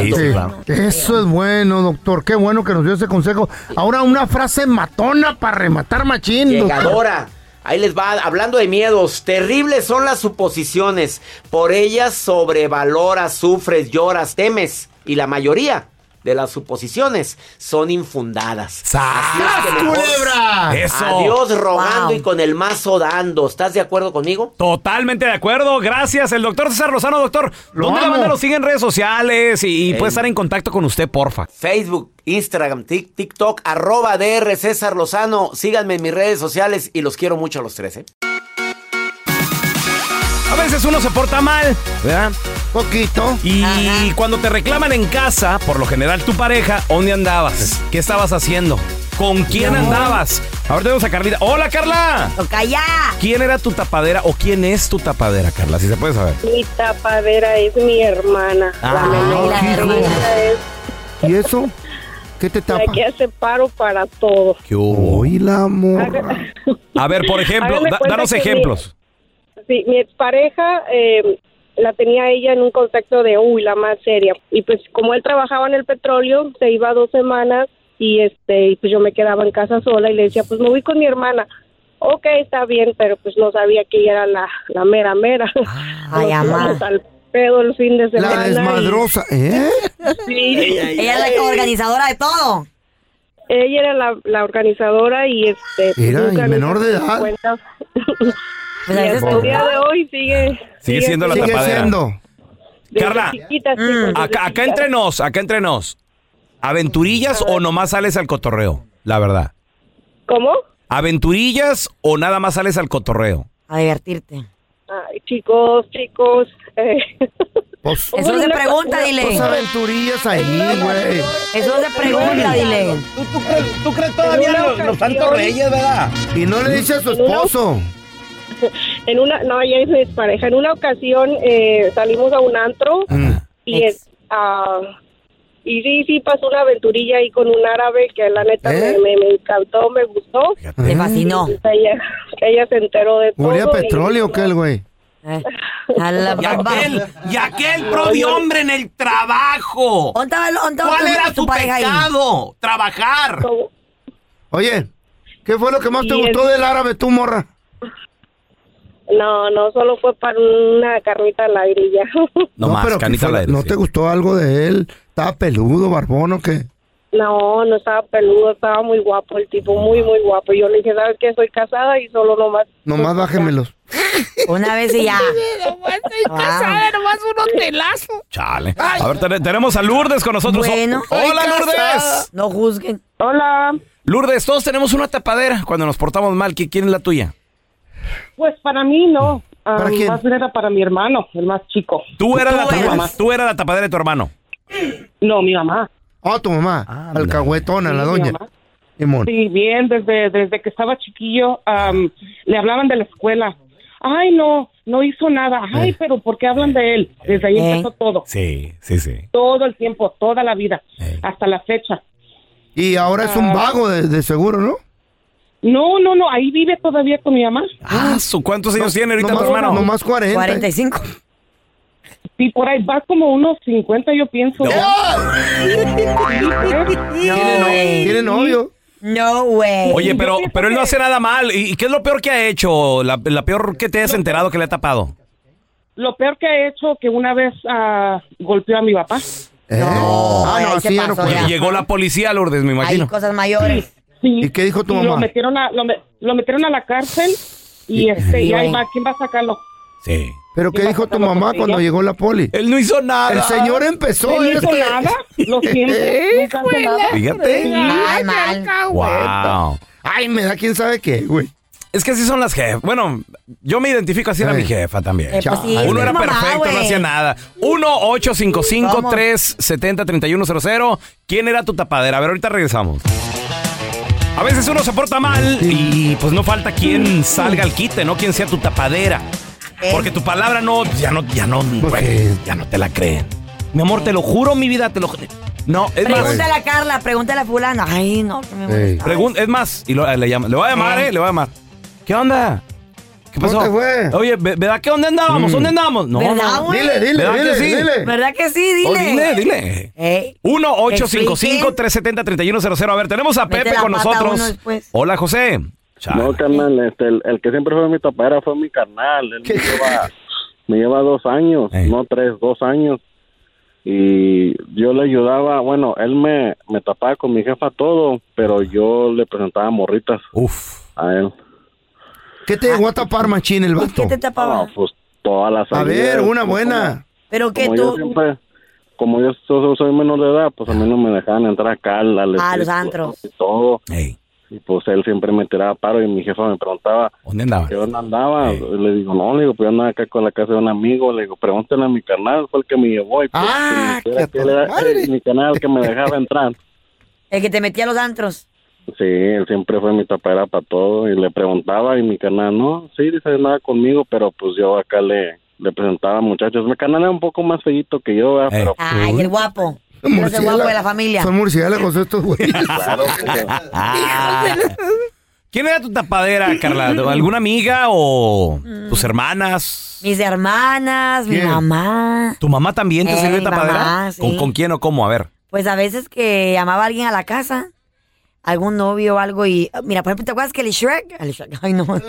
Speaker 3: Sí, Eso es bueno, doctor. Qué bueno que nos dio ese consejo. Ahora una frase matona para rematar machín. doctor.
Speaker 12: Llegadora. Ahí les va, hablando de miedos, terribles son las suposiciones. Por ellas sobrevaloras, sufres, lloras, temes. Y la mayoría de las suposiciones son infundadas.
Speaker 17: ¡Sas, culebra!
Speaker 12: Eso.
Speaker 17: Eso.
Speaker 12: Adiós rogando
Speaker 1: Wow.
Speaker 12: y con el mazo dando. ¿Estás de acuerdo conmigo?
Speaker 1: Totalmente de acuerdo, gracias. El doctor César Lozano, doctor,
Speaker 12: Lo
Speaker 1: ¿dónde la
Speaker 12: amo.
Speaker 1: banda lo sigue en redes sociales y, y
Speaker 12: En-
Speaker 1: puede estar en contacto con usted, porfa?
Speaker 12: Facebook, Instagram, Tik- TikTok, arroba DR César Lozano. Síganme en mis redes sociales y los quiero mucho a los tres, ¿eh?
Speaker 1: A veces uno se porta mal, ¿verdad? Poquito. Y cuando te reclaman en casa, por lo general tu pareja, ¿dónde andabas? ¿Qué estabas haciendo? ¿Con quién
Speaker 2: Mi amor.
Speaker 1: andabas? Ahora tenemos a Carlita. ¡Hola, Carla!
Speaker 2: ¡Toca ya!
Speaker 1: ¿Quién era tu tapadera o quién es tu tapadera, Carla? Si se puede saber.
Speaker 9: Mi tapadera es mi hermana.
Speaker 1: Ah,
Speaker 9: la menor. Ella es
Speaker 3: ¿Y eso? ¿Qué te tapa?
Speaker 9: la que hace paro para todo.
Speaker 1: ¿Qué hubo?
Speaker 3: Hoy la amor.
Speaker 1: A ver, por ejemplo,
Speaker 9: Háganme
Speaker 1: da-
Speaker 9: cuenta
Speaker 1: danos
Speaker 9: que mi-
Speaker 1: ejemplos.
Speaker 9: Sí, mi expareja eh, la tenía ella en un contexto de, uy, la más seria. Y pues como él trabajaba en el petróleo, se iba dos semanas y este y pues yo me quedaba en casa sola y le decía, pues me voy con mi hermana. Ok, está bien, pero pues no sabía que ella era la, la mera mera.
Speaker 2: Ay, amá.
Speaker 9: Al pedo el fin de semana.
Speaker 3: La
Speaker 9: y-
Speaker 3: desmadrosa, ¿eh?
Speaker 9: Sí.
Speaker 2: Ella es la organizadora de todo.
Speaker 9: Ella era la, la organizadora y este...
Speaker 3: Era, y
Speaker 9: nunca nos
Speaker 3: menor de
Speaker 9: dimos
Speaker 3: edad.
Speaker 9: cuenta.
Speaker 2: Pues
Speaker 9: Y
Speaker 2: a veces
Speaker 9: hasta el día
Speaker 2: tú-
Speaker 9: de hoy sigue...
Speaker 1: Sigue siendo la
Speaker 3: Sigue
Speaker 1: tapadera.
Speaker 3: siendo.
Speaker 9: desde
Speaker 1: Carla,
Speaker 9: chiquita,
Speaker 2: Mm.
Speaker 9: sí, desde
Speaker 1: Mm. Acá, acá
Speaker 9: chiquita.
Speaker 1: entre nos, acá entre nos. ¿Aventurillas o nomás sales al cotorreo? La verdad.
Speaker 9: ¿Cómo?
Speaker 1: ¿Aventurillas o nada más sales al cotorreo?
Speaker 2: A divertirte.
Speaker 9: Ay, chicos, chicos. eh,
Speaker 2: Eso se pregunta, dile.
Speaker 3: Dos aventurillas ahí, güey.
Speaker 2: Eso se pregunta, dile.
Speaker 3: ¿Tú crees
Speaker 9: todavía lo- los Santos Reyes, verdad?
Speaker 3: Y no le dice a su esposo.
Speaker 9: en una, no, ella es mi pareja. En una ocasión eh, salimos a un antro y es, ah, y sí, sí pasó una aventurilla ahí con un árabe que la neta
Speaker 3: ¿Eh?
Speaker 9: me, me- me encantó, me gustó.
Speaker 2: Le fascinó.
Speaker 9: Pues Ella, ella se enteró de todo.
Speaker 3: ¿Olía a
Speaker 9: y-
Speaker 3: petróleo o qué, el güey?
Speaker 2: Eh, A la
Speaker 18: Y
Speaker 2: baba.
Speaker 18: aquel, y aquel propio hombre en el trabajo.
Speaker 2: ¿Dónde estaba, el- dónde estaba
Speaker 18: ¿Cuál
Speaker 2: tu-
Speaker 18: era
Speaker 2: tu
Speaker 18: su
Speaker 2: pareja ahí?
Speaker 18: pecado? Trabajar.
Speaker 3: Oye, ¿qué fue lo que más te
Speaker 9: Y
Speaker 3: gustó
Speaker 9: el-
Speaker 3: del árabe, tú, morra?
Speaker 9: No, no, solo fue para una carnita al aire y ya.
Speaker 1: No, más,
Speaker 3: pero ¿qué
Speaker 1: canita
Speaker 3: fue?
Speaker 1: al aire,
Speaker 3: ¿No
Speaker 1: sí.
Speaker 3: te gustó algo de él? ¿Estaba peludo, barbón o qué?
Speaker 9: No, no estaba peludo, estaba muy guapo el tipo, muy, muy guapo. Yo le dije, ¿sabes qué? Soy casada y solo nomás.
Speaker 3: Nomás bájemelos.
Speaker 2: Una vez y ya. Ah.
Speaker 17: Casada, nomás un hotelazo.
Speaker 1: Chale. A ver, ten- tenemos a Lourdes con nosotros.
Speaker 2: Bueno.
Speaker 1: Oh, ¡Hola,
Speaker 2: Ay,
Speaker 1: Lourdes!
Speaker 2: casada. No juzguen.
Speaker 9: Hola.
Speaker 1: Lourdes, todos tenemos una tapadera cuando nos portamos mal. ¿Qui- ¿Quién es la tuya?
Speaker 9: Pues para mí no. Ah,
Speaker 1: ¿Para quién?
Speaker 9: Más bien era para mi hermano, el más chico.
Speaker 1: Tú eras, la,
Speaker 9: eras.
Speaker 1: tapadera, tú eras la tapadera de tu hermano.
Speaker 9: No, mi mamá.
Speaker 3: Oh, tu mamá.
Speaker 1: Ah,
Speaker 3: Alcahuetona, la
Speaker 9: Sí,
Speaker 3: doña.
Speaker 9: mi mamá.
Speaker 3: Simón.
Speaker 9: Sí, bien, desde, desde que estaba chiquillo am, le hablaban de la escuela. Ay, no, no hizo nada. Ay, pero ¿por qué hablan de él? Desde ahí empezó todo,
Speaker 1: Eh. Sí, Eh. sí, sí.
Speaker 9: todo el tiempo, toda la vida, hasta la fecha.
Speaker 3: Y ahora es
Speaker 9: Ah.
Speaker 3: un vago de, de seguro, ¿no?
Speaker 9: No, no, no, ahí vive todavía con mi mamá.
Speaker 1: Ah, su- ¿Cuántos años tiene ahorita tu hermano?
Speaker 3: Nomás 40.
Speaker 2: 45.
Speaker 9: Sí, por ahí va como unos 50, yo pienso.
Speaker 2: No, güey.
Speaker 3: Tiene novio.
Speaker 2: No, güey.
Speaker 1: Oye, pero, pero él no hace nada mal. ¿Y y qué es lo peor que ha hecho? La, la peor que te has enterado que le ha tapado.
Speaker 9: Lo peor que ha hecho que una vez ah, golpeó a mi papá.
Speaker 3: Ah,
Speaker 2: Ay,
Speaker 3: no,
Speaker 2: se
Speaker 3: sí, ya no
Speaker 2: pasó,
Speaker 3: puede.
Speaker 2: ya.
Speaker 1: Llegó la policía, Lourdes, me
Speaker 2: Hay
Speaker 1: imagino.
Speaker 2: cosas mayores.
Speaker 3: ¿Y qué dijo tu
Speaker 9: Y lo
Speaker 3: mamá?
Speaker 9: metieron a, lo, me- lo metieron a la cárcel y este, y ahí va, ¿quién va a sacarlo?
Speaker 1: Sí.
Speaker 3: ¿Pero qué dijo tu mamá cuando llegó la poli?
Speaker 1: Él no hizo nada.
Speaker 3: El señor empezó.
Speaker 9: No
Speaker 3: él
Speaker 9: hizo
Speaker 3: es que- Eh.
Speaker 9: nada, lo siento. nunca hace nada.
Speaker 1: Fíjate.
Speaker 2: Mal, mal.
Speaker 1: Wow.
Speaker 3: Ay, me da quién sabe qué, güey.
Speaker 1: Es que así son las jefas. Bueno, yo me identifico así, era mi jefa también.
Speaker 2: Eh, pues sí,
Speaker 1: Uno
Speaker 2: es
Speaker 1: era
Speaker 2: tu mamá,
Speaker 1: perfecto, no
Speaker 2: güey.
Speaker 1: hacía nada. 1-855-370-3100. ¿Quién era tu tapadera? A ver, ahorita regresamos. A veces uno se porta mal y pues no falta quien salga al quite, ¿no? Quien sea tu tapadera. Porque tu palabra no, pues, ya no, ya no, güey, ya no te la creen. Mi amor, te lo juro, mi vida, te lo ju- No, es más.
Speaker 2: Pregúntale a Carla, pregúntale a fulano. Ay, no, que me
Speaker 1: Ey. Pregun- es más, y lo- le, llama- le voy a llamar,
Speaker 2: Ey.
Speaker 1: ¿eh? Le voy a llamar. ¿Qué onda? ¿Qué pasó?
Speaker 3: ¿Dónde fue?
Speaker 1: Oye, ve- ¿verdad que dónde andábamos?
Speaker 3: Mm.
Speaker 1: ¿Dónde andábamos? No,
Speaker 2: ¿Verdad,
Speaker 1: no.
Speaker 2: güey?
Speaker 3: Dile, dile,
Speaker 1: ¿Verdad
Speaker 3: dile,
Speaker 1: que sí?
Speaker 3: dile.
Speaker 2: ¿Verdad que sí? Dile.
Speaker 1: Oh, dile, dile.
Speaker 2: Ey,
Speaker 1: 1-855-370-3100. A ver, tenemos a
Speaker 2: Mete
Speaker 1: Pepe
Speaker 2: la
Speaker 1: con
Speaker 2: pata
Speaker 1: nosotros.
Speaker 2: uno después.
Speaker 1: Hola, José.
Speaker 6: No, carnal, este, el, el que siempre fue mi tapadera fue mi carnal. Él me lleva, me lleva dos años, no tres, dos años. y yo le ayudaba, bueno, él me, me tapaba con mi jefa todo, pero yo le presentaba morritas.
Speaker 1: Uf.
Speaker 6: A él.
Speaker 3: ¿Qué te llegó a tapar, machín, el vato? ¿Qué te
Speaker 2: tapaba?
Speaker 6: Pues todas las
Speaker 3: A ver,
Speaker 6: salidas, pues,
Speaker 3: una buena.
Speaker 2: Pero
Speaker 6: Como,
Speaker 2: que
Speaker 6: como yo
Speaker 2: tú.
Speaker 6: siempre, como yo so- soy menor de edad, pues a mí no me dejaban entrar acá al, al
Speaker 2: Ah, los
Speaker 6: strip
Speaker 2: antros.
Speaker 6: y todo. Y pues él siempre me tiraba paro y mi jefa me preguntaba,
Speaker 1: ¿Dónde andaba?
Speaker 6: ¿Qué dónde andaba? Le digo, no, le digo, pues yo andaba acá con la casa de un amigo. Le digo, pregúntale a mi canal, fue el que me llevó. Y pues,
Speaker 2: Ah,
Speaker 6: que me dijera que él era- eh, mi canal que me dejaba entrar.
Speaker 2: El que te metía a los antros.
Speaker 6: Sí, él siempre fue mi tapera para todo. Y le preguntaba y mi canal, no, sí, dice, nada conmigo, pero pues yo acá le, le presentaba muchachos. Mi canal era un poco más feíto que yo, ¿verdad? pero... pues,
Speaker 2: Ay, el guapo. Eres el guapo de la familia.
Speaker 3: Son murciélagos estos güeyes.
Speaker 1: ¿Quién era tu tapadera, Carla? ¿Alguna amiga o tus hermanas?
Speaker 2: Mis hermanas, mi
Speaker 1: ¿Quién?
Speaker 2: mamá.
Speaker 1: ¿Tu mamá también te
Speaker 2: Eh,
Speaker 1: sirvió de
Speaker 2: mi
Speaker 1: tapadera?
Speaker 2: mamá, sí.
Speaker 1: ¿Con, con quién o cómo? A ver.
Speaker 2: Pues a veces que llamaba a alguien a la casa, algún novio o algo, y ah, mira, por ejemplo, ¿te acuerdas que el Shrek? El Shrek, ay no.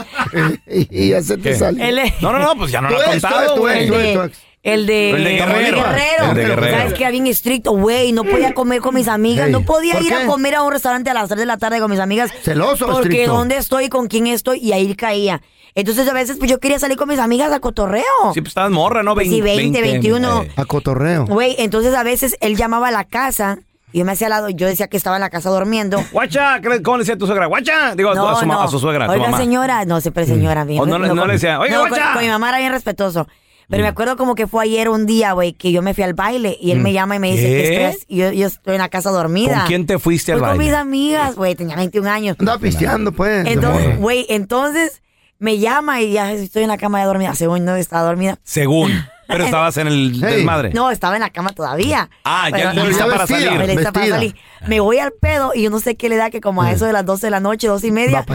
Speaker 3: y ya se te
Speaker 1: ¿Qué?
Speaker 3: sale.
Speaker 2: El-
Speaker 1: No, no, no, pues ya no
Speaker 3: Tú
Speaker 1: lo ha
Speaker 3: eres, tú
Speaker 1: contado,
Speaker 3: eres, tú eres,
Speaker 1: güey.
Speaker 3: tú eres, tú
Speaker 2: de-
Speaker 3: eres.
Speaker 2: el de,
Speaker 1: El de Guerrero. El de Guerrero.
Speaker 2: pues, Sabes que era bien estricto, güey. No podía comer con mis amigas.
Speaker 1: Ey,
Speaker 2: no podía
Speaker 1: ¿por
Speaker 2: ir
Speaker 1: qué?
Speaker 2: a comer a un restaurante a las 3 de la tarde con mis amigas.
Speaker 3: Celoso,
Speaker 2: Porque
Speaker 3: estricto.
Speaker 2: dónde estoy, con quién estoy, y ahí caía. Entonces a veces pues yo quería salir con mis amigas a cotorreo.
Speaker 1: Sí, pues estabas morra, ¿no?
Speaker 2: Pues sí, 20, 21.
Speaker 3: A cotorreo.
Speaker 2: Güey, entonces a veces él llamaba a la casa. y Yo me hacía al lado, yo decía que estaba en la casa durmiendo.
Speaker 1: Guacha, ¿qué le- ¿cómo le decía a tu suegra? Guacha, digo a tu- a, su, ma- a su suegra, a tu
Speaker 2: Oiga,
Speaker 1: mamá. Mm.
Speaker 2: señora. No, siempre señora. Bien,
Speaker 1: O no le- no
Speaker 2: con-
Speaker 1: le decía, "Oiga, Mm.
Speaker 2: no, con-
Speaker 1: guacha".
Speaker 2: Con, mi mamá era bien respetuoso. Pero me acuerdo como que fue ayer un día, güey, que yo me fui al baile y él me llama y me dice,
Speaker 1: Mm. ¿Qué?
Speaker 2: que estás, y yo, yo estoy en la casa dormida.
Speaker 1: ¿Con quién te fuiste al
Speaker 2: Fui con
Speaker 1: baile?
Speaker 2: mis amigas, güey, tenía 21 años.
Speaker 3: Andaba pisteando, pues. de
Speaker 2: Entonces,
Speaker 3: morro.
Speaker 2: güey, entonces me llama y ya estoy en la cama de dormida. Según no estaba dormida.
Speaker 1: Según. Pero estabas en el desmadre.
Speaker 2: No, estaba en la cama todavía.
Speaker 1: Ah, ya
Speaker 2: Pero-
Speaker 1: lista para
Speaker 2: Vestida,
Speaker 1: salir.
Speaker 2: lista para
Speaker 1: Vestida.
Speaker 2: salir. Me voy al pedo y yo no sé qué le da que como a eso de las 12 de la noche, 12 y media.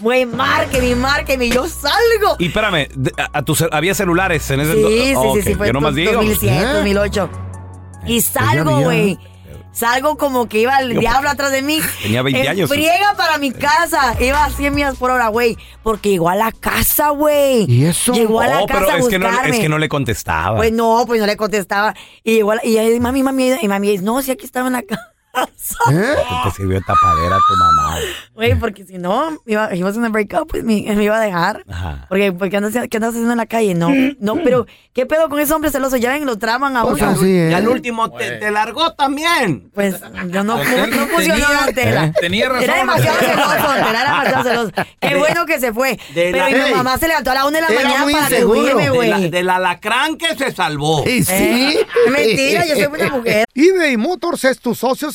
Speaker 2: Güey, márqueme, y márqueme, y yo salgo.
Speaker 1: Y espérame, de- a, a tu ce- había celulares en ese
Speaker 2: Sí,
Speaker 1: entonces?
Speaker 2: sí,
Speaker 1: Ok,
Speaker 2: sí, sí, fue
Speaker 1: Yo nomás
Speaker 2: en
Speaker 1: digo. pues
Speaker 2: 2007,
Speaker 1: ¿Eh?
Speaker 2: 2008. Y salgo,
Speaker 1: había-
Speaker 2: güey. Salgo como que iba el
Speaker 1: Yo-
Speaker 2: diablo atrás de mí.
Speaker 1: Tenía 20
Speaker 2: En
Speaker 1: años.
Speaker 2: Friega para mi casa. Iba a 100 millas por hora, güey. Porque llegó a la casa, güey. ¿Y eso? Llegó a la
Speaker 1: Oh,
Speaker 2: casa
Speaker 1: pero
Speaker 2: a
Speaker 1: es que, no,
Speaker 2: buscarme.
Speaker 1: es que no le contestaba.
Speaker 2: Pues no, pues no le contestaba. Y llegó a la- y ella, mami, mami, y mami, no, si aquí estaba en la casa.
Speaker 1: Te sirvió de tapadera tu mamá.
Speaker 2: Güey, porque si no, me iba, he was gonna break up with pues me, me iba a dejar.
Speaker 1: Ajá.
Speaker 2: Porque, porque andas, ¿qué andas haciendo en la calle? No, no, pero ¿qué pedo con ese hombre celoso? Ya ven, lo traman a uno.
Speaker 3: Pues así es. Y
Speaker 12: ¿eh?
Speaker 3: al
Speaker 1: último te, largó también.
Speaker 2: Pues yo no, fu- no funcionó,
Speaker 3: Tenía- ¿Eh?
Speaker 2: don Tela.
Speaker 3: Tenía razón.
Speaker 2: Era demasiado celoso, don Tela, era demasiado celoso. Qué bueno que se fue.
Speaker 18: de
Speaker 2: Pero
Speaker 18: la-
Speaker 2: mi
Speaker 18: Ey.
Speaker 2: mamá se levantó a la una de la
Speaker 18: Era
Speaker 2: mañana
Speaker 18: muy
Speaker 2: para
Speaker 18: inseguro.
Speaker 2: reunirme,
Speaker 18: De la-
Speaker 2: güey.
Speaker 18: Del alacrán que se salvó.
Speaker 3: Y sí.
Speaker 2: Eh, mentira, yo soy una mujer.
Speaker 3: eBay Motors es tu socio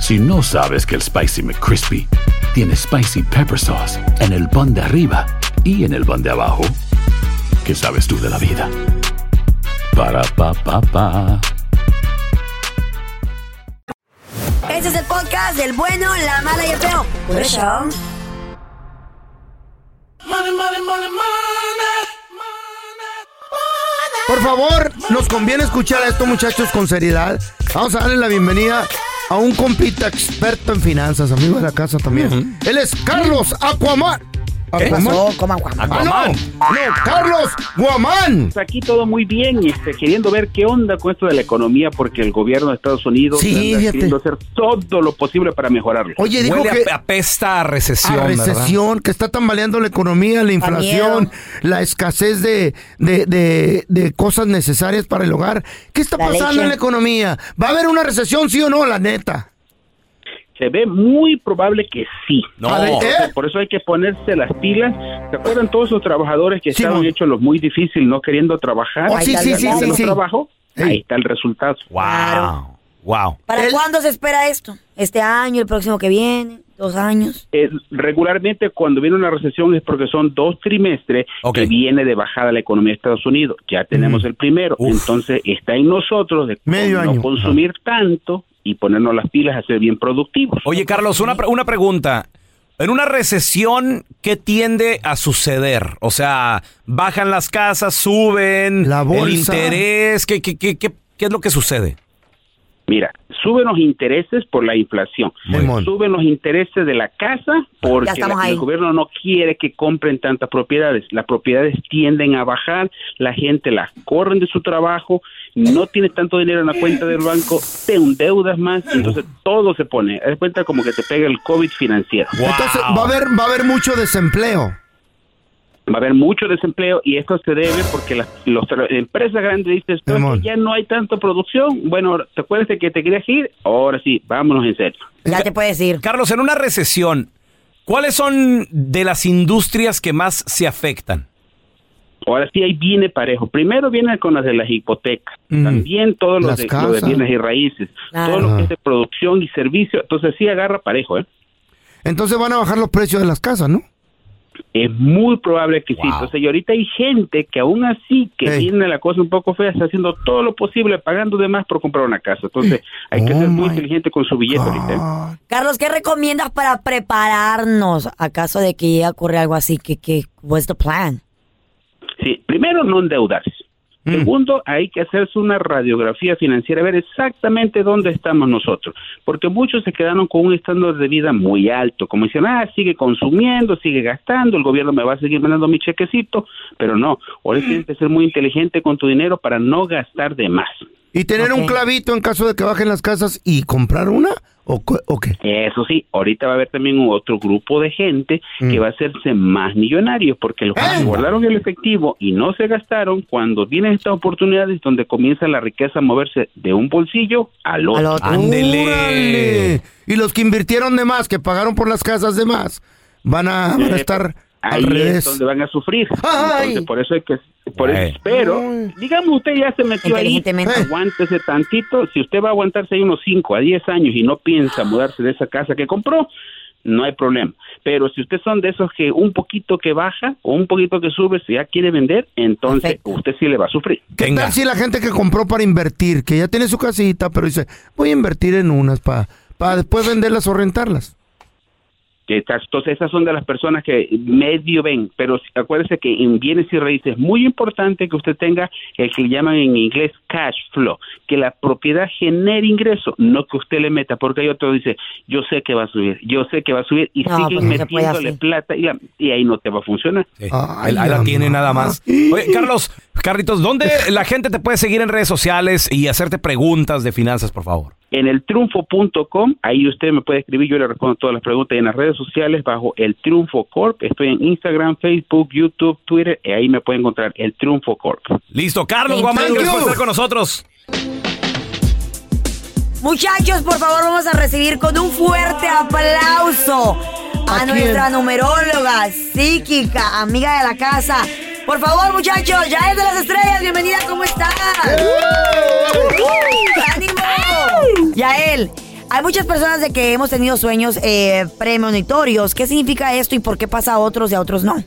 Speaker 19: Si no sabes que el Spicy McCrispy tiene Spicy Pepper Sauce en el pan de arriba y en el pan de abajo, ¿qué sabes tú de la vida? Para, pa, pa, pa.
Speaker 2: Ese es el podcast del bueno, la mala y el feo. Por eso.
Speaker 3: Por favor, nos conviene escuchar a estos muchachos con seriedad. Vamos a darle la bienvenida a un compita experto en finanzas, amigo de la casa también. Él es Carlos Aquaman.
Speaker 2: ¿Qué pasó? ¿Cómo Aquaman?
Speaker 3: Ah, no. No, Carlos Guamán.
Speaker 20: Pues Aquí todo muy bien, este, queriendo ver qué onda con esto de la economía, porque el gobierno de Estados Unidos
Speaker 3: Sí,
Speaker 20: anda
Speaker 3: fíjate.
Speaker 20: queriendo hacer todo lo posible para mejorarlo.
Speaker 3: Oye, dijo Huele que- a-
Speaker 1: apesta a recesión.
Speaker 3: La
Speaker 20: ¿verdad?
Speaker 3: recesión que está tambaleando la economía, la inflación, la escasez de, de, de- de cosas necesarias para el hogar. ¿Qué está
Speaker 20: La
Speaker 3: pasando
Speaker 20: leche.
Speaker 3: en la economía? ¿Va a haber una recesión, sí o no, la neta?
Speaker 20: Se ve muy probable que sí.
Speaker 3: No. A ver, ¿eh?
Speaker 20: Por eso hay que ponerse las pilas. ¿Se acuerdan todos los trabajadores que estaban hechos los muy difícil, no queriendo trabajar?
Speaker 2: Oh, sí, sí,
Speaker 20: Ahí está,
Speaker 2: sí,
Speaker 20: ahí
Speaker 2: sí,
Speaker 20: no
Speaker 2: sí.
Speaker 20: Trabajo, ahí está el resultado.
Speaker 1: Wow. Wow.
Speaker 2: ¿Para cuándo se espera esto? ¿Este año, el próximo que viene? Dos años.
Speaker 20: Eh, regularmente cuando viene una recesión es porque son dos trimestres que viene de bajada la economía de Estados Unidos. Ya tenemos el primero, entonces está en nosotros de
Speaker 3: Mm. Medio
Speaker 20: no
Speaker 3: año.
Speaker 20: consumir tanto y ponernos las pilas a ser bien productivos.
Speaker 1: Oye, Carlos, una, pre- una pregunta. En una recesión, ¿qué tiende a suceder? O sea, bajan las casas, suben,
Speaker 20: bolsa.
Speaker 1: el interés, ¿qué, qué, qué, qué, qué es lo que sucede?
Speaker 20: Mira, suben los intereses por la inflación, suben los intereses de la casa
Speaker 1: Ya
Speaker 20: porque
Speaker 1: estamos
Speaker 20: la-
Speaker 1: ahí.
Speaker 20: el gobierno no quiere que compren tantas propiedades. Las propiedades tienden a bajar, la gente las corren de su trabajo, no tiene tanto dinero en la cuenta del banco, te endeudas más, entonces todo se pone, haz de cuenta como que te pega el COVID financiero.
Speaker 3: Entonces va a haber, va a haber mucho desempleo.
Speaker 20: Va a haber mucho desempleo y esto se debe porque las los tra- empresas grandes dicen "Pues,
Speaker 3: Simón.
Speaker 20: que ya no hay tanta producción. Bueno, ahora, ¿te acuerdas de que te querías ir? Ahora sí, vámonos en serio.
Speaker 2: Ya te puedes ir.
Speaker 1: Carlos, en una recesión, ¿cuáles son de las industrias que más se afectan?
Speaker 20: Ahora sí, ahí viene parejo. Primero viene con las de las hipotecas,
Speaker 3: Mm.
Speaker 20: también todos los
Speaker 1: Las
Speaker 20: de, lo de
Speaker 1: casas.
Speaker 20: bienes y raíces,
Speaker 3: Claro.
Speaker 20: todo lo
Speaker 3: Ajá.
Speaker 20: que es de producción y servicio. Entonces sí agarra parejo, ¿eh?
Speaker 3: Entonces van a bajar los precios de las casas, ¿no?
Speaker 20: Es muy probable que sí. Entonces, y ahorita hay gente que aún así que tiene la cosa un poco fea, está haciendo todo lo posible, pagando de más por comprar una casa. Entonces, hay que ser muy inteligente con su billete ahorita. ¿eh?
Speaker 2: Carlos, ¿qué recomiendas para prepararnos acaso de que llegue a ocurrir algo así? ¿Qué, qué, what's the plan?
Speaker 20: Sí, primero, no endeudarse.
Speaker 3: Mm.
Speaker 20: Segundo, hay que hacerse una radiografía financiera, ver exactamente dónde estamos nosotros, porque muchos se quedaron con un estándar de vida muy alto, como dicen, ah, sigue consumiendo, sigue gastando, el gobierno me va a seguir mandando mi chequecito, pero no, ahora tienes que ser muy inteligente con tu dinero para no gastar de más.
Speaker 3: Y tener un clavito en caso de que bajen las casas y comprar una. ¿O, cu- o qué?
Speaker 20: Eso sí, ahorita va a haber también otro grupo de gente
Speaker 3: Mm.
Speaker 20: que va a hacerse más millonarios porque los que guardaron el efectivo y no se gastaron cuando tienen estas oportunidades donde comienza la riqueza a moverse de un bolsillo al otro.
Speaker 3: ¡Órale! Y los que invirtieron de más, que pagaron por las casas de más, van a, van
Speaker 20: Eh,
Speaker 3: a estar al
Speaker 20: Ahí es
Speaker 3: revés.
Speaker 20: donde van a sufrir.
Speaker 3: Ay.
Speaker 20: Entonces, por eso hay que por eso
Speaker 3: Ay.
Speaker 20: espero, digamos usted ya se metió ahí, aguántese tantito, si usted va a aguantarse ahí unos 5 a 10 años y no piensa mudarse de esa casa que compró, no hay problema. Pero si usted son de esos que un poquito que baja o un poquito que sube, si ya quiere vender, entonces usted sí le va a sufrir.
Speaker 3: ¿Qué tal si la gente que compró para invertir, que ya tiene su casita, pero dice, voy a invertir en unas para después venderlas o rentarlas?
Speaker 20: Que estas- Entonces, esas son de las personas que medio ven, pero si- acuérdese que en bienes y raíces es muy importante que usted tenga el que le llaman en inglés cash flow, que la propiedad genere ingreso, no que usted le meta, porque hay otro que dice, yo sé que va a subir, yo sé que va a subir, y
Speaker 1: No,
Speaker 20: siguen
Speaker 1: pues no se puede
Speaker 20: metiéndole
Speaker 1: así.
Speaker 20: plata y, la- y ahí no te va a funcionar.
Speaker 1: ahí, ahí la tiene nada más. Oye, Carlos, Carlitos, ¿dónde la gente te puede seguir en redes sociales y hacerte preguntas de finanzas, por favor?
Speaker 20: En el triunfo.com, ahí usted me puede escribir, yo le respondo todas las preguntas y en las redes sociales bajo el Triunfo Corp, estoy en Instagram, Facebook, YouTube, Twitter, y ahí me puede encontrar el Triunfo Corp.
Speaker 1: Listo, Carlos
Speaker 20: Thank
Speaker 1: Guamán,
Speaker 20: you.
Speaker 1: gracias por estar con nosotros.
Speaker 2: Muchachos, por favor, vamos a recibir con un fuerte aplauso a,
Speaker 3: quién?
Speaker 2: nuestra numeróloga psíquica, amiga de la casa. Por favor, muchachos, ya es de las estrellas, bienvenida, ¿cómo estás? ¡Uh! ¡Ánimo! Yael, hay muchas personas de que hemos tenido sueños eh, premonitorios. ¿Qué significa esto y por qué pasa a otros y a otros no?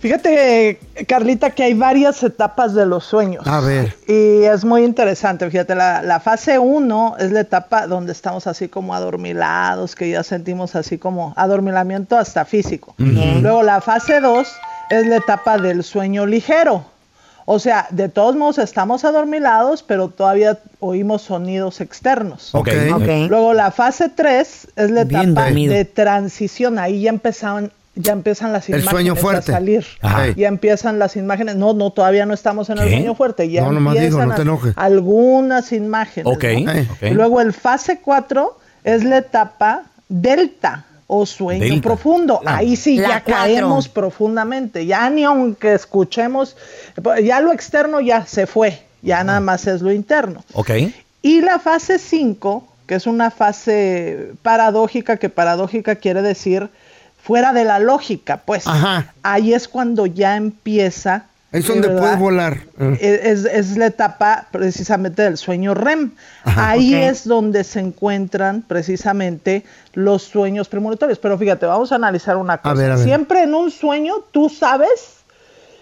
Speaker 21: Fíjate, Carlita, que hay varias etapas de los sueños.
Speaker 3: A ver.
Speaker 21: Y es muy interesante, fíjate, la, la fase 1 es la etapa donde estamos así como adormilados, que ya sentimos así como adormilamiento hasta físico.
Speaker 4: Ujú.
Speaker 21: Luego la fase 2 es la etapa del sueño ligero. O sea, de todos modos estamos adormilados, pero todavía oímos sonidos externos.
Speaker 4: Ok. Ok.
Speaker 21: Luego la fase 3 es la
Speaker 4: Bien
Speaker 21: etapa
Speaker 4: dormido.
Speaker 21: de transición. Ahí ya empezaban, ya empiezan las
Speaker 3: El
Speaker 21: imágenes
Speaker 3: sueño fuerte.
Speaker 21: a salir.
Speaker 3: Ajá.
Speaker 21: Ya empiezan las imágenes. No, no, todavía no estamos en el
Speaker 3: ¿Qué?
Speaker 21: sueño fuerte. Ya
Speaker 3: No, nomás digo,
Speaker 21: empiezan
Speaker 3: no te
Speaker 21: a-
Speaker 3: enojes.
Speaker 21: algunas imágenes.
Speaker 3: Ok,
Speaker 21: ¿no?
Speaker 3: ok.
Speaker 21: Luego el fase 4 es la etapa delta o sueño
Speaker 4: Delta.
Speaker 21: profundo.
Speaker 4: La-
Speaker 21: Ahí sí
Speaker 4: La
Speaker 21: ya
Speaker 4: cuatro.
Speaker 21: caemos profundamente. Ya ni aunque escuchemos, ya lo externo ya se fue. Ya nada más es lo interno.
Speaker 1: Ok.
Speaker 21: Y la fase 5, que es una fase paradójica, que paradójica quiere decir fuera de la lógica, pues ahí es cuando ya empieza
Speaker 3: Es
Speaker 21: Sí,
Speaker 3: donde
Speaker 21: ¿verdad? E-,
Speaker 3: puedes volar.
Speaker 21: Es, es la etapa precisamente del sueño REM. Ahí
Speaker 3: ok.
Speaker 21: es donde se encuentran precisamente los sueños premonitorios. Pero fíjate, vamos a analizar una cosa.
Speaker 3: ver, a ver.
Speaker 21: Siempre en un sueño tú sabes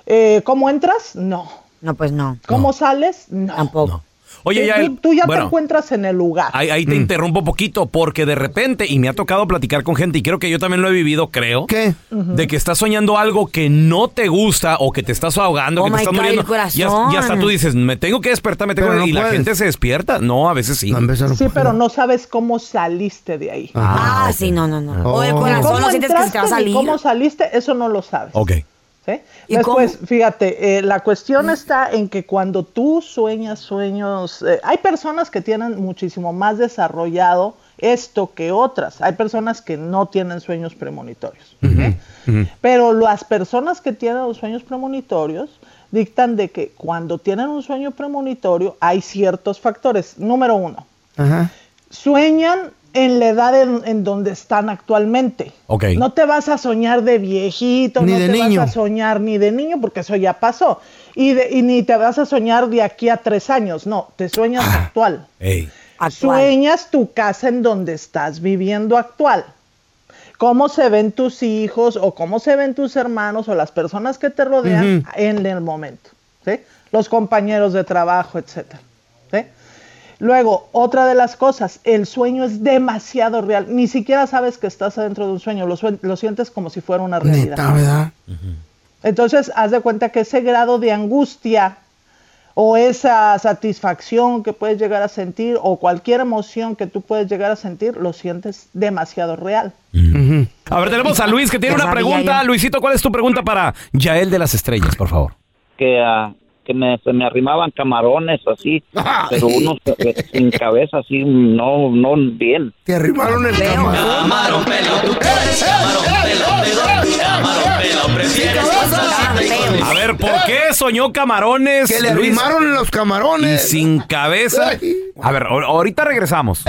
Speaker 21: eh, cómo entras, no.
Speaker 2: No, pues no.
Speaker 21: ¿Cómo sales? No.
Speaker 2: Tampoco.
Speaker 21: Tú-
Speaker 1: Oye, ya.
Speaker 21: tú, tú ya te
Speaker 1: bueno,
Speaker 21: encuentras en el lugar. Mm.
Speaker 1: Ahí, ahí te
Speaker 3: Mm.
Speaker 1: interrumpo poquito porque de repente, y me ha tocado platicar con gente, y creo que yo también lo he vivido, creo. ¿Qué? De que estás soñando algo que no te gusta o que te estás ahogando,
Speaker 2: Oh
Speaker 1: que te
Speaker 2: my
Speaker 1: estás
Speaker 2: God,
Speaker 1: muriendo.
Speaker 2: el corazón.
Speaker 1: Y, hasta, y hasta tú dices, me tengo que despertar, me tengo
Speaker 3: Pero
Speaker 1: que...
Speaker 3: no
Speaker 1: y la
Speaker 3: puedes.
Speaker 1: gente se despierta. No, a veces sí.
Speaker 21: Sí, pero no sabes cómo saliste de ahí.
Speaker 1: Ah,
Speaker 2: Ah, sí, no, no, no.
Speaker 1: O el
Speaker 3: Oh.
Speaker 21: Ni
Speaker 2: corazón,
Speaker 21: cómo
Speaker 2: no sientes que se te va a
Speaker 21: entraste, ni
Speaker 2: salir.
Speaker 21: ¿Cómo saliste? Eso no lo sabes.
Speaker 1: Ok.
Speaker 21: ¿sí? Después, fíjate, eh, la
Speaker 2: Mm.
Speaker 21: cuestión está en que cuando tú sueñas sueños, eh, hay personas que tienen muchísimo más desarrollado esto que otras. Hay personas que no tienen sueños premonitorios. Pero las personas que tienen los sueños premonitorios dictan de que cuando tienen un sueño premonitorio hay ciertos factores. Número uno,
Speaker 3: Ajá.
Speaker 21: sueñan en la edad en, en donde están actualmente.
Speaker 1: Ok.
Speaker 21: No te vas a soñar de viejito,
Speaker 3: Ni
Speaker 21: no
Speaker 3: de
Speaker 21: te
Speaker 3: niño.
Speaker 21: vas a soñar ni de niño, porque eso ya pasó. Y, de- y ni te vas a soñar de aquí a tres años, no, te sueñas
Speaker 3: Ah.
Speaker 21: actual. Sueñas tu casa en donde estás viviendo actual. Cómo se ven tus hijos o cómo se ven tus hermanos o las personas que te rodean
Speaker 3: Ujú.
Speaker 21: en el momento, ¿sí? Los compañeros de trabajo, etcétera, ¿sí? Luego, otra de las cosas, el sueño es demasiado real. Ni siquiera sabes que estás adentro de un sueño, lo, suen- lo sientes como si fuera una realidad.
Speaker 3: Neta, ¿verdad?
Speaker 21: Entonces, haz de cuenta que ese grado de angustia o esa satisfacción que puedes llegar a sentir o cualquier emoción que tú puedes llegar a sentir, lo sientes demasiado real.
Speaker 1: A ver, tenemos a Luis que tiene
Speaker 21: Ya
Speaker 1: una
Speaker 21: sabía
Speaker 1: pregunta. Luisito, ¿cuál es tu pregunta para Yael de las Estrellas, por favor?
Speaker 4: que, ah, que me, se me arrimaban camarones así, pero unos eh, sin cabeza así, no, no bien.
Speaker 3: Te arrimaron el camarón.
Speaker 1: A ver, ¿por qué soñó camarones?
Speaker 3: Que le
Speaker 1: Luis?
Speaker 3: arrimaron los
Speaker 1: Y
Speaker 3: camarones.
Speaker 1: sin cabeza. A ver, ahor- ahorita regresamos.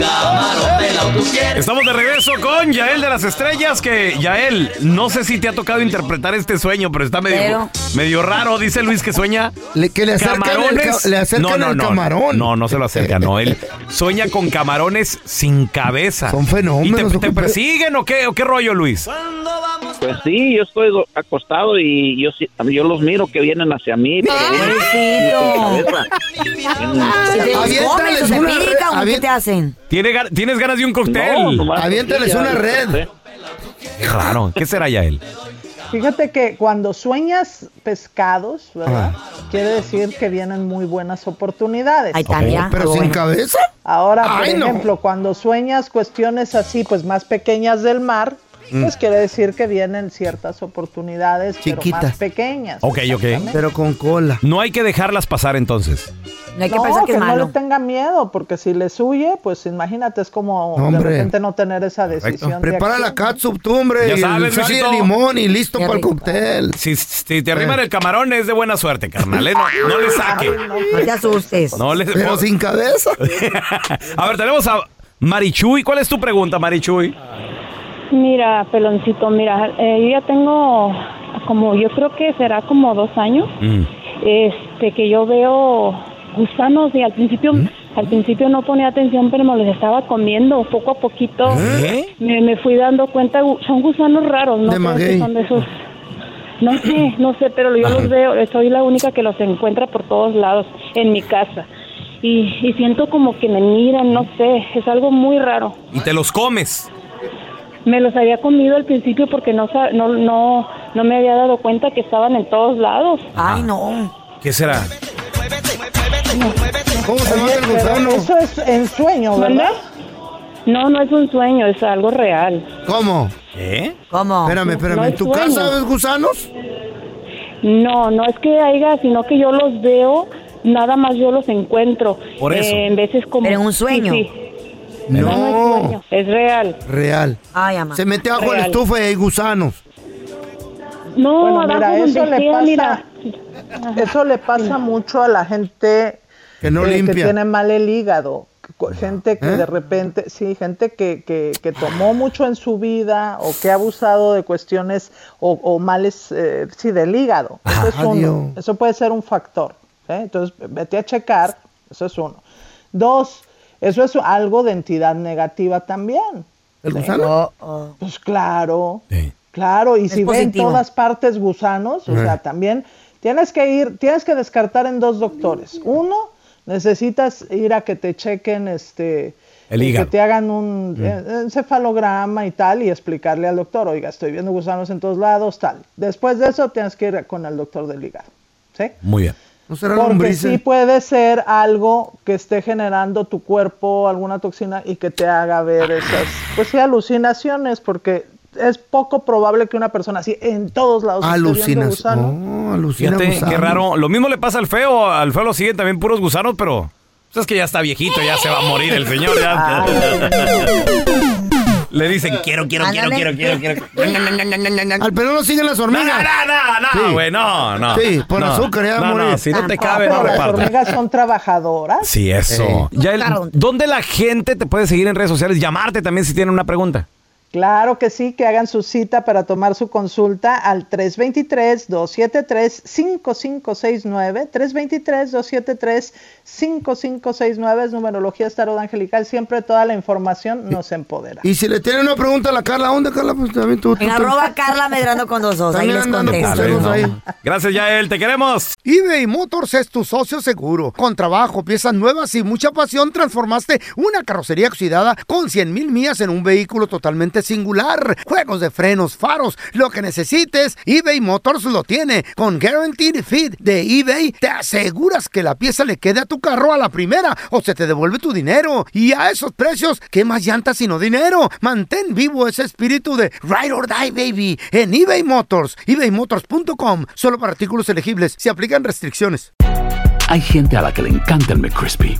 Speaker 1: Estamos de regreso con Yael de las Estrellas, que Yael, no sé si te ha tocado interpretar este sueño, pero está medio,
Speaker 3: Pero-
Speaker 1: medio raro, dice Luis que sueña.
Speaker 3: que le acercan el ca- le acercan
Speaker 1: no, no,
Speaker 3: el
Speaker 1: no,
Speaker 3: camarón.
Speaker 1: No, no se lo acerca, no. Él sueña con camarones sin cabeza. Son
Speaker 3: fenómenos,
Speaker 1: ¿Y te- te, persiguen o qué, o qué rollo, Luis?
Speaker 4: Pues sí, yo estoy do- acostado y yo sí- yo los miro que vienen hacia mí. pero vienen sin cabeza.
Speaker 2: Si te los
Speaker 4: Aviéntales
Speaker 2: comes o te
Speaker 4: una
Speaker 2: pican,
Speaker 4: re-
Speaker 2: ¿o qué
Speaker 4: avien-
Speaker 2: te hacen?
Speaker 1: ¿Tiene gan- ¿Tienes ganas de un
Speaker 4: No,
Speaker 1: cóctel?
Speaker 4: nomás
Speaker 3: Aviéntales una red.
Speaker 1: Qué raro. ¿Qué será, Yael?
Speaker 21: Fíjate que cuando sueñas pescados, ¿verdad? Quiere decir que vienen muy buenas oportunidades.
Speaker 3: Ahí está, Ok, ya,
Speaker 2: Ah,
Speaker 3: pero qué sin bueno. cabeza.
Speaker 21: Ahora, por
Speaker 3: Ay, no.
Speaker 21: ejemplo, cuando sueñas cuestiones así, pues más pequeñas del mar,
Speaker 3: Mm.
Speaker 21: pues quiere decir que vienen ciertas oportunidades
Speaker 3: Chiquitas.
Speaker 21: pero más pequeñas.
Speaker 1: Ok, ok.
Speaker 3: Pero con cola.
Speaker 1: No hay que dejarlas pasar entonces.
Speaker 2: No hay que
Speaker 21: no,
Speaker 2: pensar que es
Speaker 21: no
Speaker 2: malo.
Speaker 21: le tenga miedo, porque si les huye, pues imagínate, es como de
Speaker 3: Hombre.
Speaker 21: repente no tener esa decisión. de
Speaker 3: Prepara la
Speaker 21: acción.
Speaker 3: catsup, tú, hombre.
Speaker 1: Ya
Speaker 3: y
Speaker 1: sabes,
Speaker 3: sal y
Speaker 1: Luisito.
Speaker 3: el limón y listo
Speaker 21: Qué
Speaker 3: para el
Speaker 21: rico.
Speaker 3: cóctel.
Speaker 1: Si, si te arriman el camarón es de buena suerte, carnal. ¿eh? No, no le saque.
Speaker 2: No te asustes.
Speaker 1: No le-
Speaker 3: Pero sin cabeza.
Speaker 1: A ver, tenemos a Marichuy. ¿Cuál es tu pregunta, Marichuy?
Speaker 22: Mira, peloncito, mira, eh, yo ya tengo como, yo creo que será como dos años, este, que yo veo gusanos y al principio,
Speaker 3: ¿Mm?
Speaker 22: al principio no ponía atención, pero me los estaba comiendo poco a poquito. Me, me fui dando cuenta, gu- son gusanos raros, no
Speaker 3: ¿Eh? De
Speaker 22: sé
Speaker 3: maguey.
Speaker 22: si son de esos. No sé, no sé, pero yo los veo, soy la única que los encuentra por todos lados en mi casa. Y, y siento como que me miran, no sé, es algo muy raro.
Speaker 1: Y te los comes.
Speaker 22: Me los había comido al principio porque no sa- no no no me había dado cuenta que estaban en todos lados.
Speaker 1: Ay,
Speaker 2: no.
Speaker 1: ¿Qué será?
Speaker 3: ¿Cómo se
Speaker 21: Oye,
Speaker 3: mata el
Speaker 21: pero
Speaker 3: gusano?
Speaker 21: Eso es en sueño, ¿verdad?
Speaker 22: No, no es un sueño, es algo real.
Speaker 3: ¿Cómo?
Speaker 1: ¿Eh?
Speaker 2: ¿Cómo?
Speaker 3: Espérame, espérame.
Speaker 22: No
Speaker 3: ¿En tu
Speaker 22: es sueño.
Speaker 3: casa ves gusanos?
Speaker 22: No, no es que haya, sino que yo los veo, nada más yo los encuentro.
Speaker 3: Por eso.
Speaker 22: Eh, en veces como
Speaker 3: Pero en un sueño.
Speaker 22: Sí,
Speaker 1: ¿Eh?
Speaker 22: sí. No, no es sueño, es real.
Speaker 3: Real.
Speaker 2: Ay, ama.
Speaker 3: Se mete abajo de la
Speaker 22: Real.
Speaker 3: estufa y hay gusanos.
Speaker 22: No,
Speaker 21: Bueno,
Speaker 22: abajo
Speaker 21: mira,
Speaker 22: donde
Speaker 21: eso le
Speaker 22: sea,
Speaker 21: pasa,
Speaker 22: mira.
Speaker 21: eso le pasa mucho a la gente eh,
Speaker 3: Que no limpia. ¿Eh?
Speaker 21: tiene mal el hígado, cu- gente que de repente, sí, gente que, que, que tomó mucho en su vida o que ha abusado de cuestiones o, o males, eh, sí, del hígado. Eso, es uno.
Speaker 3: Adiós.
Speaker 21: eso puede ser un factor. ¿eh? Entonces, vete a checar, eso es uno. Dos, eso es algo de entidad negativa también.
Speaker 3: ¿El gusano?
Speaker 21: Pues claro, claro, y
Speaker 3: Es
Speaker 21: si ven
Speaker 3: positivo.
Speaker 21: todas partes gusanos, o
Speaker 3: Ajá.
Speaker 1: Eh.
Speaker 21: sea, también tienes que ir, tienes que descartar en dos doctores. Uno, necesitas ir a que te chequen este
Speaker 1: El
Speaker 21: eh,
Speaker 1: hígado.
Speaker 21: que te hagan un
Speaker 1: Mm.
Speaker 21: eh, encefalograma y tal y explicarle al doctor, "Oiga, estoy viendo gusanos en todos lados", tal. Después de eso tienes que ir con el doctor del hígado. ¿Sí?
Speaker 1: Muy bien.
Speaker 3: Pues
Speaker 21: Porque sí puede ser algo que esté generando tu cuerpo alguna toxina y que te haga ver esas, pues sí, alucinaciones, porque es poco probable que una persona así en todos lados esté viendo
Speaker 3: Alucinas-
Speaker 21: gusano.
Speaker 3: Oh, alucina
Speaker 1: Fíjate,
Speaker 3: gusano.
Speaker 1: qué raro. Lo mismo le pasa al feo. Al feo lo siguen también puros gusanos, pero. pues es que ya está viejito, ya se va a morir el señor. ya. le dicen, quiero, quiero, quiero, quiero, quiero, quiero.
Speaker 3: Al Perú lo siguen las hormigas.
Speaker 1: No, no,
Speaker 3: Sí.
Speaker 1: güey, no, no.
Speaker 3: Sí, por
Speaker 1: No.
Speaker 3: azúcar, ya
Speaker 1: No,
Speaker 3: morí.
Speaker 1: no, si no te
Speaker 21: Tampoco,
Speaker 1: cabe, no
Speaker 21: las
Speaker 1: repartas.
Speaker 21: hormigas son trabajadoras.
Speaker 1: Sí, eso. Ya el- ¿Dónde la gente te puede seguir en redes sociales? Llamarte también si tienen una pregunta.
Speaker 21: Claro que sí, que hagan su cita para tomar su consulta al 323-273-5569. 323-273-5569 es numerología tarot angelical. Siempre toda la información nos empodera.
Speaker 3: Y si le tienen una pregunta a la Carla, ¿dónde, Carla? Pues también tú. tú-
Speaker 2: En
Speaker 3: tú-
Speaker 2: arroba Carla Medrano con dos dos. Ahí
Speaker 3: También
Speaker 2: les
Speaker 3: andando
Speaker 2: contesto.
Speaker 3: con celos ahí.
Speaker 1: Gracias, Yael, te queremos.
Speaker 3: eBay Motors es tu socio seguro. Con trabajo, piezas nuevas y mucha pasión, transformaste una carrocería oxidada con 100 mil millas en un vehículo totalmente singular. Juegos de frenos, faros, lo que necesites, eBay Motors lo tiene. Con Guaranteed Fit de eBay, te aseguras que la pieza le quede a tu carro a la primera o se te devuelve tu dinero. Y a esos precios, ¿qué más llantas sino dinero? Mantén vivo ese espíritu de Ride or Die, baby, en eBay Motors. ebaymotors.com, solo para artículos elegibles, se aplican restricciones.
Speaker 19: Hay gente a la que le encanta el McCrispy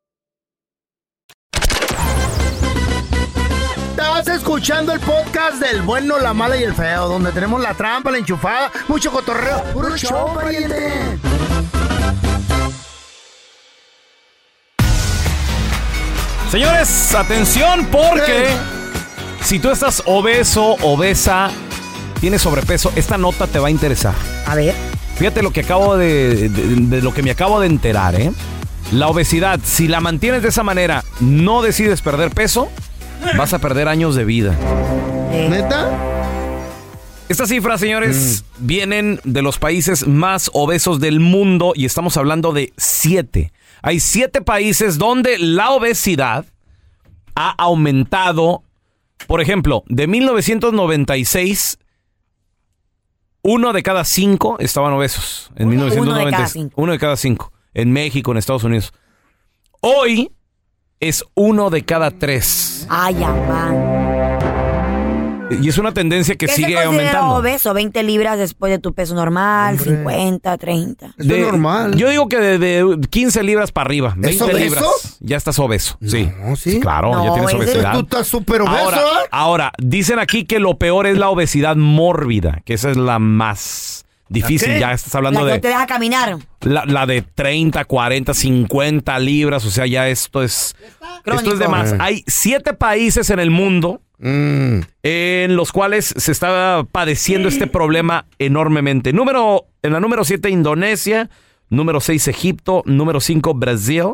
Speaker 3: Estás escuchando el podcast del bueno, la mala y el feo, donde tenemos la trampa, la enchufada, mucho cotorreo. ¡Puro show, pariente!
Speaker 1: Señores, atención porque si tú estás obeso, obesa, tienes sobrepeso, esta nota te va a interesar.
Speaker 2: A ver.
Speaker 1: Fíjate lo que acabo de, de- de lo que me acabo de enterar, ¿eh? La obesidad, si la mantienes de esa manera, no decides perder peso, vas a perder años de vida.
Speaker 3: Eh, ¿Neta?
Speaker 1: Estas cifras, señores, vienen de los países más obesos del mundo y estamos hablando de siete. Hay siete países donde la obesidad ha aumentado. Por ejemplo, de 1996, uno de cada cinco estaban obesos. En
Speaker 2: de cada
Speaker 1: 1996,
Speaker 2: cinco.
Speaker 1: uno de cada cinco. En México, en Estados Unidos. Hoy es uno de cada tres.
Speaker 2: Ay, amá.
Speaker 1: Y es una tendencia que
Speaker 2: ¿Qué se
Speaker 1: sigue
Speaker 2: considera
Speaker 1: aumentando.
Speaker 2: obeso? 20 libras después de tu peso normal, 50, 30.
Speaker 1: De- Yo digo que de, de 15 libras para arriba. 20
Speaker 3: obeso?
Speaker 1: libras. Ya estás obeso. sí. Claro, ya
Speaker 3: No,
Speaker 1: tienes
Speaker 3: ese-
Speaker 1: obesidad.
Speaker 3: Tú estás súper obeso,
Speaker 1: ahora,
Speaker 3: ¿eh?
Speaker 1: ahora, dicen aquí que lo peor es la obesidad mórbida, que esa es la más difícil.
Speaker 2: ¿Qué?
Speaker 1: Ya estás hablando
Speaker 2: La que no te
Speaker 1: de
Speaker 2: deja caminar.
Speaker 1: la, la de 30, 40, 50 libras. O sea, ya esto es. Esto es de más.
Speaker 3: Eh.
Speaker 1: Hay siete países en el mundo en los cuales se está padeciendo este problema enormemente. Número, en la número 7, Indonesia. Número 6, Egipto. Número 5, Brasil.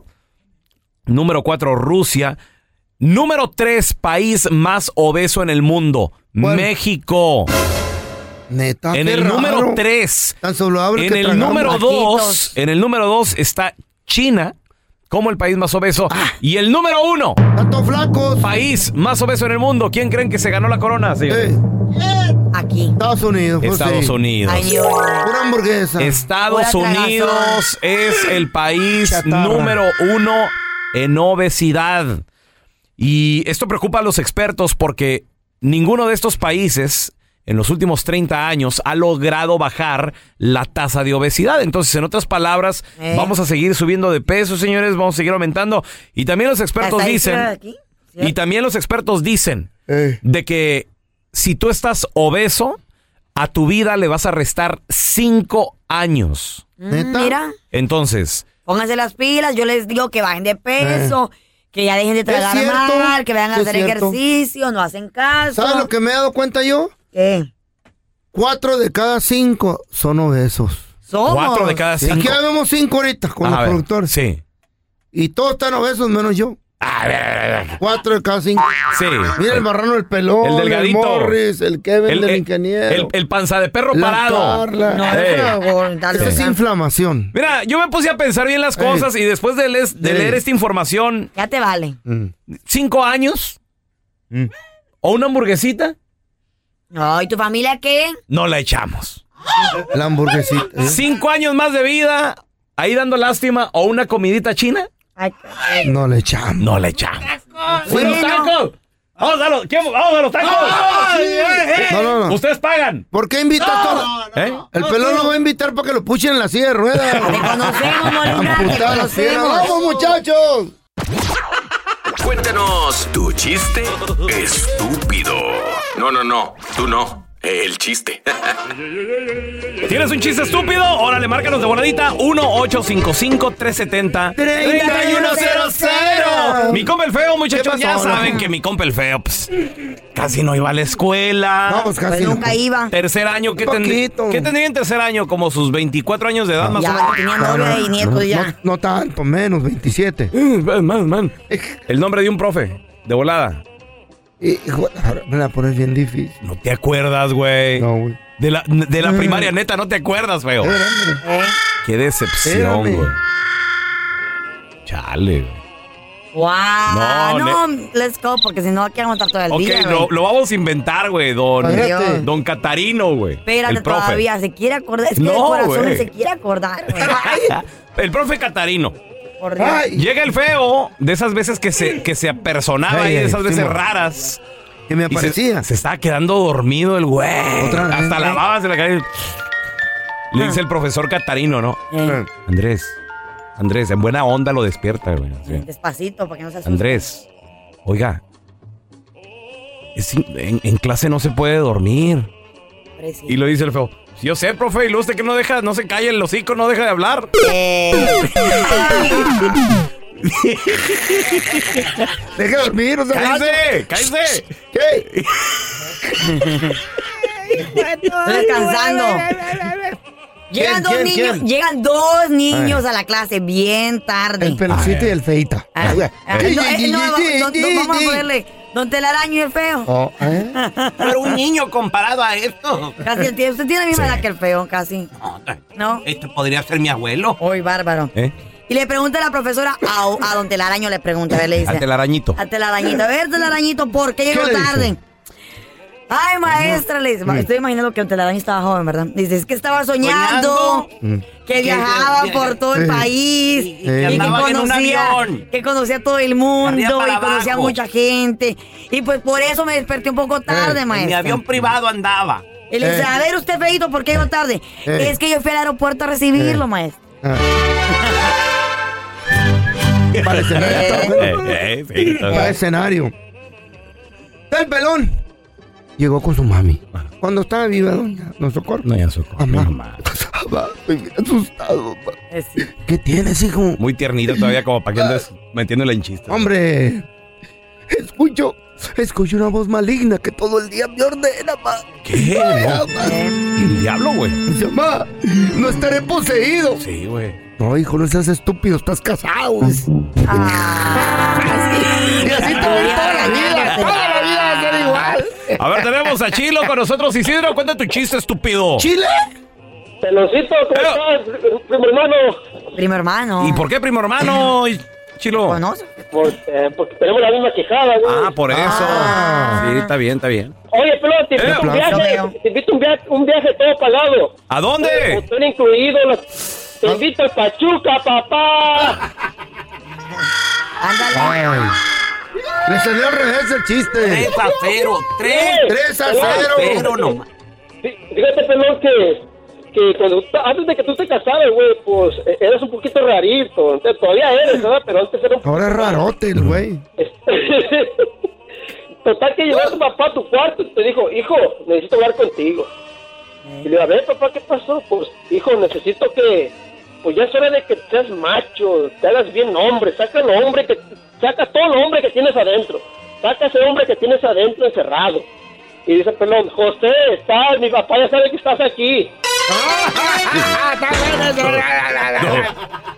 Speaker 1: Número 4, Rusia. Número 3, país más obeso en el mundo, México.
Speaker 3: Neta.
Speaker 1: En
Speaker 3: qué
Speaker 1: el
Speaker 3: raro.
Speaker 1: número 3.
Speaker 3: Tan saludable
Speaker 1: En
Speaker 3: que
Speaker 1: el
Speaker 3: tragamos.
Speaker 1: número 2, en el número 2 está China como el país más obeso. Y el número uno.
Speaker 3: Ah. flacos.
Speaker 1: País más obeso en el mundo. ¿Quién creen que se ganó la corona? señor?
Speaker 2: Aquí.
Speaker 3: Eh, Estados Unidos. pues,
Speaker 1: Estados
Speaker 3: sí.
Speaker 1: Unidos.
Speaker 3: Ay, yo- Pura hamburguesa.
Speaker 1: Estados
Speaker 3: Pura cagazón.
Speaker 1: Unidos es el país
Speaker 3: Chatarra.
Speaker 1: número uno en obesidad. Y esto preocupa a los expertos porque ninguno de estos países en los últimos 30 años ha logrado bajar la tasa de obesidad. Entonces, en otras palabras,
Speaker 2: Eh.
Speaker 1: vamos a seguir subiendo de peso, señores, vamos a seguir aumentando. Y también los expertos
Speaker 2: ¿La
Speaker 1: dicen...
Speaker 2: estadística de aquí?
Speaker 1: Y también los expertos dicen
Speaker 3: Eh.
Speaker 1: de que si tú estás obeso, a tu vida le vas a restar cinco años.
Speaker 2: Mm, Mira,
Speaker 1: Entonces,
Speaker 2: pónganse las pilas, yo les digo que bajen de peso, que ya dejen de tragar
Speaker 3: Eh. cierto,
Speaker 2: mal, que vayan a
Speaker 3: es
Speaker 2: hacer
Speaker 3: cierto.
Speaker 2: ejercicio, no hacen caso.
Speaker 3: ¿Sabes lo que me he dado cuenta yo?
Speaker 2: ¿Qué?
Speaker 3: Cuatro de cada cinco son obesos.
Speaker 2: Somos.
Speaker 1: Cuatro de cada cinco.
Speaker 3: Aquí vemos cinco ahorita con
Speaker 1: A
Speaker 3: los
Speaker 1: ver,
Speaker 3: productores.
Speaker 1: Sí.
Speaker 3: Y todos están obesos menos yo.
Speaker 1: a ver, a ver, a ver.
Speaker 3: Cuatro de cada cinco.
Speaker 1: Sí.
Speaker 3: Mira el barrano, el pelón.
Speaker 1: El delgadito.
Speaker 3: El Morris, el Kevin, el, ingeniero.
Speaker 1: el- el panza de perro
Speaker 3: La
Speaker 1: parado.
Speaker 3: Carla.
Speaker 1: No,
Speaker 3: Ey.
Speaker 1: esa
Speaker 3: Esa es inflamación.
Speaker 1: Mira, yo me puse a pensar bien
Speaker 3: Eh.
Speaker 1: las cosas y después de, les- de
Speaker 3: Ey.
Speaker 1: leer esta información,
Speaker 2: Ya te vale.
Speaker 3: Mm.
Speaker 1: cinco años o una hamburguesita,
Speaker 2: No, ¿y tu familia qué?
Speaker 1: no la echamos.
Speaker 3: La hamburguesita. ¿eh?
Speaker 1: Cinco años más de vida, ahí dando lástima, o una comidita china.
Speaker 2: Ay,
Speaker 3: No le echamos.
Speaker 1: No le echamos.
Speaker 3: Bueno.
Speaker 1: ¡Unos tacos! ¡Vamos a los, ¿quién- vamos a los tacos!
Speaker 3: ¡Ah, sí!
Speaker 1: ¡Eh, eh!
Speaker 3: No, no, no.
Speaker 1: ¡Ustedes pagan!
Speaker 3: ¿Por qué invitas
Speaker 1: No,
Speaker 3: todo?
Speaker 1: ¿Eh?
Speaker 3: El pelón lo va a invitar para que lo puchen en la silla de ruedas.
Speaker 2: conocemos, Molina,
Speaker 3: Amputar la pierna. ¡Vamos, muchachos!
Speaker 23: Cuéntanos tu chiste estúpido. No, no, no, tú no. El chiste.
Speaker 1: ¿Tienes un chiste estúpido? Órale, márcanos de voladita 1-855-370-3100. Mi compa el feo, muchachos,
Speaker 3: ¿Qué
Speaker 1: ya
Speaker 3: pasó?
Speaker 1: saben que mi compa el feo, pues, casi no iba a la escuela.
Speaker 3: No, pues, casi
Speaker 2: Pues nunca no. iba.
Speaker 1: Tercer año, ¿qué, tendrí-
Speaker 3: Poquito.
Speaker 1: qué tendría en tercer año? Como sus 24 años de edad, más o
Speaker 2: ya,
Speaker 1: menos.
Speaker 2: tenía novia y nietos ya.
Speaker 3: No, no tanto, menos, 27.
Speaker 1: Mm, Man, man. El nombre de un profe, de volada.
Speaker 3: Hijo, ahora me la pones bien difícil.
Speaker 1: No te acuerdas, güey.
Speaker 3: No, güey.
Speaker 1: De la, de la
Speaker 3: Mm.
Speaker 1: primaria, neta, no te acuerdas, feo.
Speaker 2: ¿Eh?
Speaker 1: Qué decepción,
Speaker 3: Espérame.
Speaker 1: güey. Chale, güey.
Speaker 2: Wow.
Speaker 1: No,
Speaker 2: No, let's go, porque si no, aquí vamos a estar todo el
Speaker 1: Ok,
Speaker 2: día. güey.
Speaker 1: lo, lo vamos a inventar, güey, don,
Speaker 2: Espérate.
Speaker 1: don Catarino, güey.
Speaker 2: Espérate
Speaker 1: el profe.
Speaker 2: todavía, se quiere acordar. Es que
Speaker 1: No,
Speaker 2: el corazón
Speaker 1: güey.
Speaker 2: se quiere acordar, güey.
Speaker 1: El profe Catarino.
Speaker 2: Por Dios.
Speaker 1: Llega el feo de esas veces que se, que se apersonaba
Speaker 3: Ay,
Speaker 1: ahí, de esas
Speaker 3: sí,
Speaker 1: veces
Speaker 3: mo-
Speaker 1: raras.
Speaker 3: Que me
Speaker 1: Y se-
Speaker 3: aparecía.
Speaker 1: Se, estaba quedando dormido el güey.
Speaker 3: Otra vez,
Speaker 1: Hasta la
Speaker 3: ¿eh?
Speaker 1: baba se la cae. Le
Speaker 2: Ah.
Speaker 1: dice el profesor Catarino, ¿no?
Speaker 2: Eh.
Speaker 1: Andrés, Andrés, en buena onda lo despierta, güey. así.
Speaker 2: Despacito, para que no se asuste.
Speaker 1: Andrés, oiga, es in- en, en clase no se puede dormir.
Speaker 2: Preci-
Speaker 1: Y lo dice el feo. Yo sé, profe, y luego usted que no deja, no se calla el hocico, no deja de hablar.
Speaker 2: Eh,
Speaker 3: Deja de dormir, o sea,
Speaker 1: ¡Cállese! ¡Cállese!
Speaker 3: ¿Qué?
Speaker 2: descansando. Llegan
Speaker 3: ¿Quién,
Speaker 2: dos
Speaker 3: quién,
Speaker 2: niños,
Speaker 3: quién?
Speaker 2: llegan dos niños a la clase bien tarde.
Speaker 3: El peloncito y el feita.
Speaker 2: Ah, ah,
Speaker 3: Ye,
Speaker 2: no,
Speaker 3: ye,
Speaker 2: eh, no,
Speaker 3: ye,
Speaker 2: vamos-
Speaker 3: ye,
Speaker 2: no, no,
Speaker 3: ye,
Speaker 2: vamos a
Speaker 3: ye.
Speaker 2: ponerle Don Telaraño y el feo.
Speaker 3: Oh, ¿eh?
Speaker 1: Pero un niño comparado a esto.
Speaker 2: Casi el tío- usted tiene la misma edad que el feo, casi. No.
Speaker 1: Este podría ser mi abuelo.
Speaker 2: Hoy bárbaro.
Speaker 1: ¿Eh?
Speaker 2: Y le pregunta a la profesora, a, a Don Telaraño le pregunta, a ver, le dice.
Speaker 1: Al telarañito.
Speaker 2: Al telarañito. A ver, telarañito, ¿por qué llegó
Speaker 1: ¿Qué le
Speaker 2: tarde?
Speaker 1: dice?
Speaker 2: Ay, maestra, le dice.
Speaker 12: Mm.
Speaker 2: ma- Estoy imaginando que el telaraño estaba joven, ¿verdad? Dice, es que estaba soñando, que viajaba
Speaker 12: que-
Speaker 2: por todo el
Speaker 12: Sí.
Speaker 2: país.
Speaker 12: Y- y que andaba en un avión.
Speaker 2: Que conocía a todo el
Speaker 12: De arriba
Speaker 2: mundo
Speaker 12: para
Speaker 2: y conocía a
Speaker 12: abajo. Eh,
Speaker 2: mucha gente. Y pues por eso me desperté un poco tarde,
Speaker 12: En mi
Speaker 2: maestra.
Speaker 12: avión privado andaba.
Speaker 2: Y le dice,
Speaker 12: Eh.
Speaker 2: a ver usted, Feito, ¿por qué llegó tarde?
Speaker 12: Eh.
Speaker 2: Es que yo fui al aeropuerto a recibirlo, maestro.
Speaker 3: Para el escenario.
Speaker 1: Eh, eh, sí, está
Speaker 3: Para el
Speaker 1: bien.
Speaker 3: escenario. Está El pelón. Llegó con su mami. Cuando estaba viva, doña, no socorro.
Speaker 1: No, ya socorro.
Speaker 3: Mamá. Mamá, estoy bien asustado, mamá. ¿Qué tienes, hijo?
Speaker 1: Muy tiernito todavía, como para que andes metiéndole en chistes.
Speaker 3: Hombre, escucho, escucho una voz maligna que todo el día me ordena, ma.
Speaker 1: ¿Qué?
Speaker 3: Ay,
Speaker 1: No.
Speaker 3: ama.
Speaker 1: El diablo, güey.
Speaker 3: Dice, ma, no estaré poseído.
Speaker 1: Sí, güey.
Speaker 3: No, hijo, no seas estúpido, estás casado. y así te voy toda la vida, toda la vida va a ser igual.
Speaker 1: A ver, tenemos a Chilo con nosotros. Isidro, cuenta tu chiste, estúpido.
Speaker 3: ¿Chile?
Speaker 5: Peloncito, ¿cómo estás, primo hermano?
Speaker 2: Primo hermano.
Speaker 1: ¿Y por qué, primo hermano? Chilo?
Speaker 5: Pues, eh, porque tenemos la misma quejada, güey.
Speaker 1: Ah, por eso. Sí, está bien, está bien.
Speaker 5: Oye, pelón, te
Speaker 1: Eh,
Speaker 5: invito, un
Speaker 1: aplauso.
Speaker 5: viaje, te invito un viaje, un viaje todo pagado.
Speaker 1: ¿A dónde?
Speaker 5: Con Hotel incluido. la- Te invito al Pachuca, papá.
Speaker 3: Ay. Le salió al revés eh. el chiste.
Speaker 5: 3 a
Speaker 12: 0,
Speaker 3: 3 a 0.
Speaker 5: Fíjate, pelón, que, que cuando, antes de que tú te casaras, güey, pues eh, eras un poquito rarito. Entonces, todavía eres, ¿verdad? Pero antes era un
Speaker 3: Ahora es rarote el güey.
Speaker 5: Total que llegó tu papá a tu cuarto y te dijo, hijo, necesito hablar contigo. Y le digo, a ver, papá, ¿qué pasó? Pues, hijo, necesito que, pues ya es hora de que seas macho, te hagas bien hombre, saca el hombre, que, saca todo el hombre que tienes adentro, saca ese hombre que tienes adentro encerrado. Y dice, pelón, José, estás, mi papá ya sabe que estás aquí.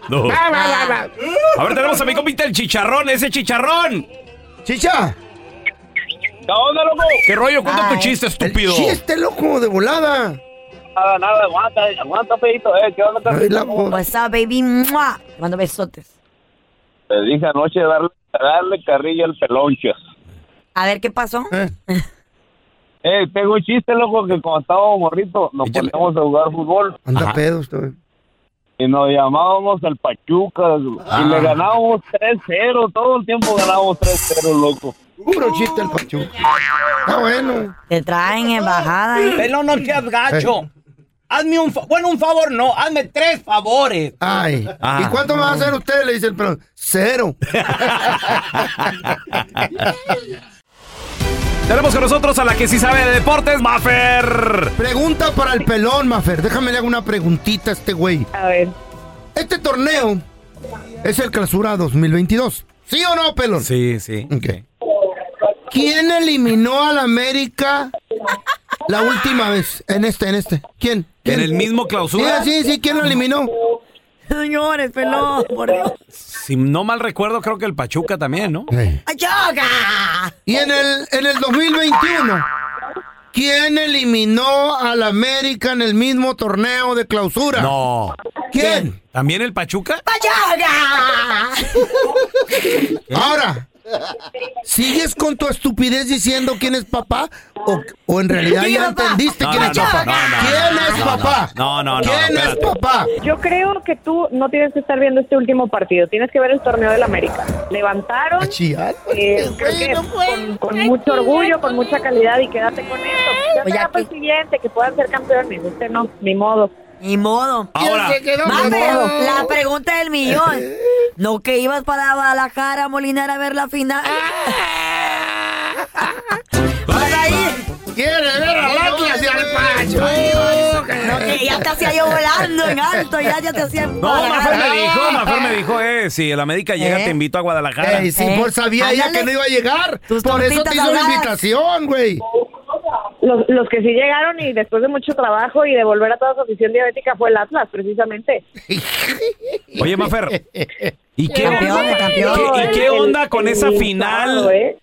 Speaker 1: No. A ver, tenemos a mi compita el chicharrón, ese chicharrón.
Speaker 3: Chicha.
Speaker 5: ¿Dónde, loco?
Speaker 1: ¿Qué rollo? Cuenta tu chiste, estúpido.
Speaker 3: Chiste loco de volada.
Speaker 5: Nada, nada, aguanta, aguanta, pedito, eh, ¿qué onda,
Speaker 2: What's up, baby? ¡Mua! Te mando besotes.
Speaker 8: Le dije anoche darle, darle carrilla al peloncho.
Speaker 2: A ver, ¿qué pasó?
Speaker 8: Eh, tengo un chiste, loco, que cuando estábamos morrito nos poníamos a jugar fútbol.
Speaker 3: Anda pedo estoy.
Speaker 8: Y nos llamábamos al Pachuca
Speaker 3: Ah.
Speaker 8: y le ganábamos 3-0. Todo el tiempo ganábamos 3-0, loco.
Speaker 3: Puro chiste el Pachuca. Está bueno.
Speaker 2: Te traen en bajada.
Speaker 15: Pelón, no seas gacho. Hazme un... fa- Bueno, un favor no. Hazme tres favores. Ah.
Speaker 3: Ay. ¿Y cuánto me va a hacer usted? Le dice el pelón. Cero.
Speaker 1: Tenemos con nosotros a la que sí sabe de deportes, Maffer.
Speaker 3: Pregunta para el pelón, Mafer. Déjame le hago una preguntita a este güey. A ver. Este torneo es el Clausura 2022. ¿Sí o no, pelón?
Speaker 1: Sí, sí.
Speaker 3: ¿Quién eliminó al América la última vez? En este, en este. ¿Quién? ¿Quién?
Speaker 1: ¿En el mismo clausura?
Speaker 3: Sí, sí, sí. ¿Quién lo eliminó?
Speaker 2: Señores, pelón, por Dios.
Speaker 1: Si no mal recuerdo, creo que el Pachuca también, ¿no?
Speaker 2: ¡Choca!
Speaker 3: Y en el, en el 2021, ¿quién eliminó al América en el mismo torneo de clausura?
Speaker 1: No.
Speaker 3: ¿Quién?
Speaker 1: ¿También el Pachuca?
Speaker 3: Ahora, ¿sigues con tu estupidez diciendo quién es papá? ¿O, o en realidad
Speaker 8: ¿Quién
Speaker 3: ya
Speaker 8: es papá?
Speaker 3: entendiste
Speaker 1: No,
Speaker 3: quién
Speaker 1: no,
Speaker 3: es
Speaker 1: no,
Speaker 3: papá?
Speaker 1: no, no,
Speaker 3: ¿Quién
Speaker 1: no,
Speaker 3: es
Speaker 1: no,
Speaker 3: papá?
Speaker 1: No, no, no.
Speaker 3: ¿Quién es
Speaker 1: espérate.
Speaker 3: papá?
Speaker 24: Yo creo que tú no tienes que estar viendo este último partido. Tienes que ver el torneo del América. Levantaron.
Speaker 3: ¿A chillar?
Speaker 24: eh, creo que con, con mucho orgullo, con mucha calidad y quédate con esto. Ya
Speaker 2: Oye,
Speaker 24: será para el siguiente que puedan ser campeones. Este no, ni modo.
Speaker 2: Ni modo.
Speaker 24: Ahora.
Speaker 2: Mame,
Speaker 24: Ni modo.
Speaker 2: la pregunta del millón. No que ibas para Guadalajara, Molinar, a ver la final. Para ir.
Speaker 3: ¿Quieres ver al Atlas y al Pachuca?
Speaker 2: No, que ya te hacía yo volando en alto, ya, ya te hacía en
Speaker 1: No, Mafer
Speaker 2: Guadalajara.
Speaker 1: me dijo, Mafer me dijo, eh, si el América llega,
Speaker 2: ¿Eh?
Speaker 1: te invito a Guadalajara.
Speaker 3: Ey, Eh, sí, por
Speaker 1: ¿Eh?
Speaker 3: sabía ella que no iba a llegar.
Speaker 2: Tus
Speaker 3: Por eso te
Speaker 2: tortitas
Speaker 3: hizo la
Speaker 2: ahogadas.
Speaker 3: invitación, güey.
Speaker 24: Los, los que sí llegaron y después de mucho trabajo y de volver a toda su afición diabética fue el Atlas, precisamente.
Speaker 1: Oye, Mafer, ¿y qué,
Speaker 24: Campeón,
Speaker 1: ¿qué-
Speaker 24: campeón.
Speaker 1: y qué onda con
Speaker 24: El-
Speaker 1: esa
Speaker 24: el
Speaker 1: final?
Speaker 24: sábado, ¿eh?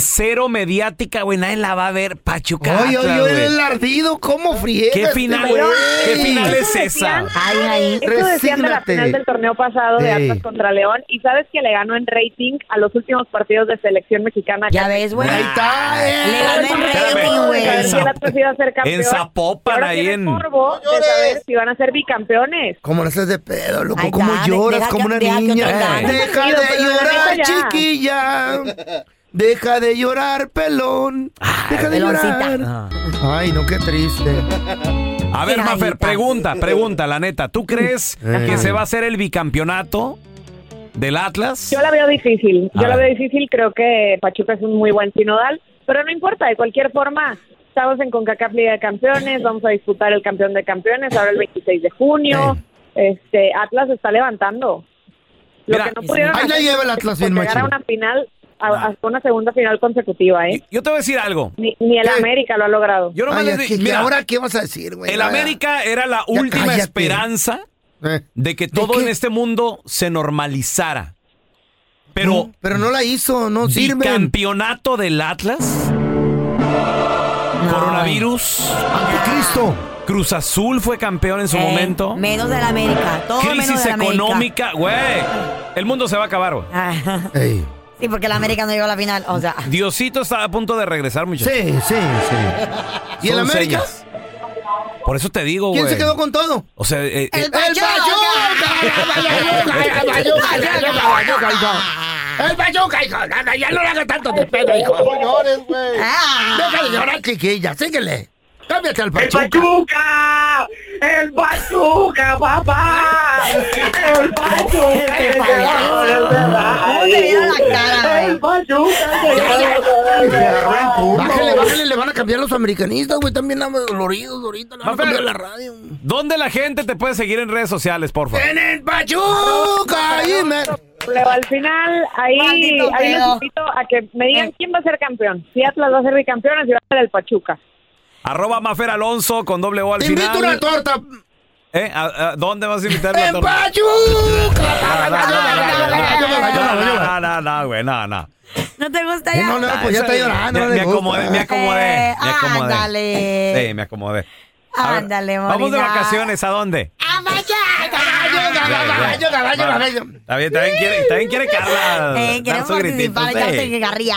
Speaker 1: Cero mediática, güey, nadie la va a ver. Pachuca.
Speaker 3: Oye, oye,
Speaker 1: Atlas,
Speaker 3: oye,
Speaker 1: güey.
Speaker 3: el ardido, ¿cómo friega?
Speaker 1: ¿Qué
Speaker 3: este
Speaker 1: final,
Speaker 3: güey?
Speaker 1: qué final es esa?
Speaker 24: Eso decían de la final del torneo pasado de
Speaker 3: Ey.
Speaker 24: Atlas contra León y sabes que le ganó en rating a los últimos partidos de selección mexicana. Ya
Speaker 2: ves,
Speaker 24: güey.
Speaker 1: Ahí
Speaker 3: está. eh.
Speaker 24: Le ganó en
Speaker 1: Espérame,
Speaker 24: rating, güey.
Speaker 1: en
Speaker 24: Si el Atlas iba a ser campeón.
Speaker 1: en Zapopan,
Speaker 24: y ahora
Speaker 1: ahí
Speaker 24: tiene
Speaker 1: en-
Speaker 24: morbo de saber si van a ser bicampeones.
Speaker 3: ¿Cómo lo haces de pedo, loco?
Speaker 24: Ay,
Speaker 3: ¿Cómo
Speaker 24: ya, de-
Speaker 3: lloras
Speaker 24: deja
Speaker 3: como
Speaker 24: que-
Speaker 3: una
Speaker 24: deja que
Speaker 3: niña?
Speaker 24: otra
Speaker 3: Deja,
Speaker 24: gane. Pero,
Speaker 3: de
Speaker 24: pero la
Speaker 3: llorar,
Speaker 24: neta ya.
Speaker 3: chiquilla. Deja de llorar, pelón. Deja de
Speaker 1: peloncita.
Speaker 3: llorar. Ay, no, qué triste.
Speaker 1: A ver, Mafer, pregunta, pregunta, la neta. ¿Tú crees
Speaker 3: Eh.
Speaker 1: que se va a hacer el bicampeonato del Atlas?
Speaker 24: Yo la veo difícil.
Speaker 1: A
Speaker 24: Yo la
Speaker 1: ver.
Speaker 24: veo difícil. Creo que Pachuca es un muy buen sinodal, pero no importa. De cualquier forma, estamos en Concacaf Liga de Campeones. Vamos a disputar el campeón de campeones ahora el 26 de junio. Este Atlas está levantando. Lo
Speaker 1: Mira,
Speaker 24: que no pudieron
Speaker 1: ahí la
Speaker 24: hacer
Speaker 1: lleva el Atlas Ah. bien
Speaker 24: porque llegar a
Speaker 1: machín.
Speaker 24: una final, a, a una segunda final consecutiva, ¿eh?
Speaker 1: Yo te voy a decir algo.
Speaker 24: Ni, ni el América lo ha logrado.
Speaker 1: Yo nomás les di- mira,
Speaker 3: ¿Ahora qué vas a decir, güey?
Speaker 1: el América era la última
Speaker 3: cállate. Eh.
Speaker 1: esperanza de que todo en este mundo se normalizara. Pero
Speaker 3: Pero no la hizo, no sirve.
Speaker 1: campeonato del Atlas. Coronavirus.
Speaker 3: Cristo.
Speaker 1: Cruz Azul fue campeón en su
Speaker 2: Eh,
Speaker 1: momento.
Speaker 2: Menos de la América. Todo menos
Speaker 1: Crisis
Speaker 2: de la América.
Speaker 1: económica, güey. El mundo se va a acabar, güey.
Speaker 2: Ah,
Speaker 3: Ey.
Speaker 2: sí, porque la América no llegó a la final. O sea,
Speaker 1: Diosito está a punto de regresar, muchachos.
Speaker 3: Sí, sí, sí. ¿Y el
Speaker 1: Son
Speaker 3: América?
Speaker 1: señas. Por eso te digo, güey.
Speaker 3: ¿Quién se quedó con todo?
Speaker 1: O sea, eh, eh,
Speaker 3: ¡El Pachuca!
Speaker 17: El Pachuca, hijo. No, no, ya no le hagas tanto de pedo, hijo.
Speaker 3: No llores, güey.
Speaker 2: Ah.
Speaker 17: Deja
Speaker 3: de llorar, chiquilla. Síguele. Cámbiate al
Speaker 17: Pachuca. ¡El Pachuca! ¡El Pachuca, papá! ¡El Pachuca! ¡El
Speaker 3: ¡El Bájale, bájale, le van a cambiar los americanistas, güey. También andan doloridos ahorita, le van a cambiar la radio.
Speaker 1: ¿Dónde la gente te puede seguir en redes sociales, por favor?
Speaker 3: el Pachuca! ahí me-
Speaker 9: Luego, al final, ahí,
Speaker 17: Maldito
Speaker 9: ahí los
Speaker 17: pedo.
Speaker 9: invito a que me digan quién va a ser campeón. Si Atlas va a ser bicampeón o si va a ser el Pachuca.
Speaker 1: Arroba Mafer Alonso con doble O al final.
Speaker 3: invito una torta.
Speaker 1: ¿Eh? ¿A- a- ¿Dónde vas a invitar la torta? No, no, no, no, güey, no, no.
Speaker 2: ¿no te gusta ya?
Speaker 3: No, no, pues ya está llorando.
Speaker 1: Me,
Speaker 3: no le
Speaker 1: me
Speaker 3: gusta.
Speaker 1: acomodé, me acomodé,
Speaker 2: Eh,
Speaker 1: me acomodé.
Speaker 2: ándale.
Speaker 1: Sí, me acomodé. A ver,
Speaker 2: Ándale,
Speaker 1: Vamos de
Speaker 2: Molina.
Speaker 1: vacaciones, ¿a dónde? También, también quiere, también quiere Carla.
Speaker 2: Eh,
Speaker 1: dar
Speaker 2: queremos
Speaker 1: su gritito,
Speaker 2: participar,
Speaker 1: sí.
Speaker 2: echarte guerrilla.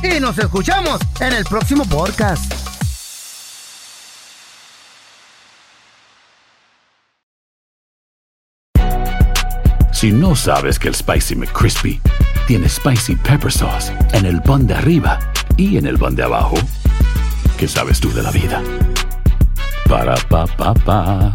Speaker 3: Y nos escuchamos en el próximo podcast.
Speaker 19: Si no sabes que el Spicy McCrispy tiene Spicy Pepper Sauce en el pan de arriba y en el pan de abajo, ¿qué sabes tú de la vida? Para, pa, pa,
Speaker 1: Ah,
Speaker 19: pa.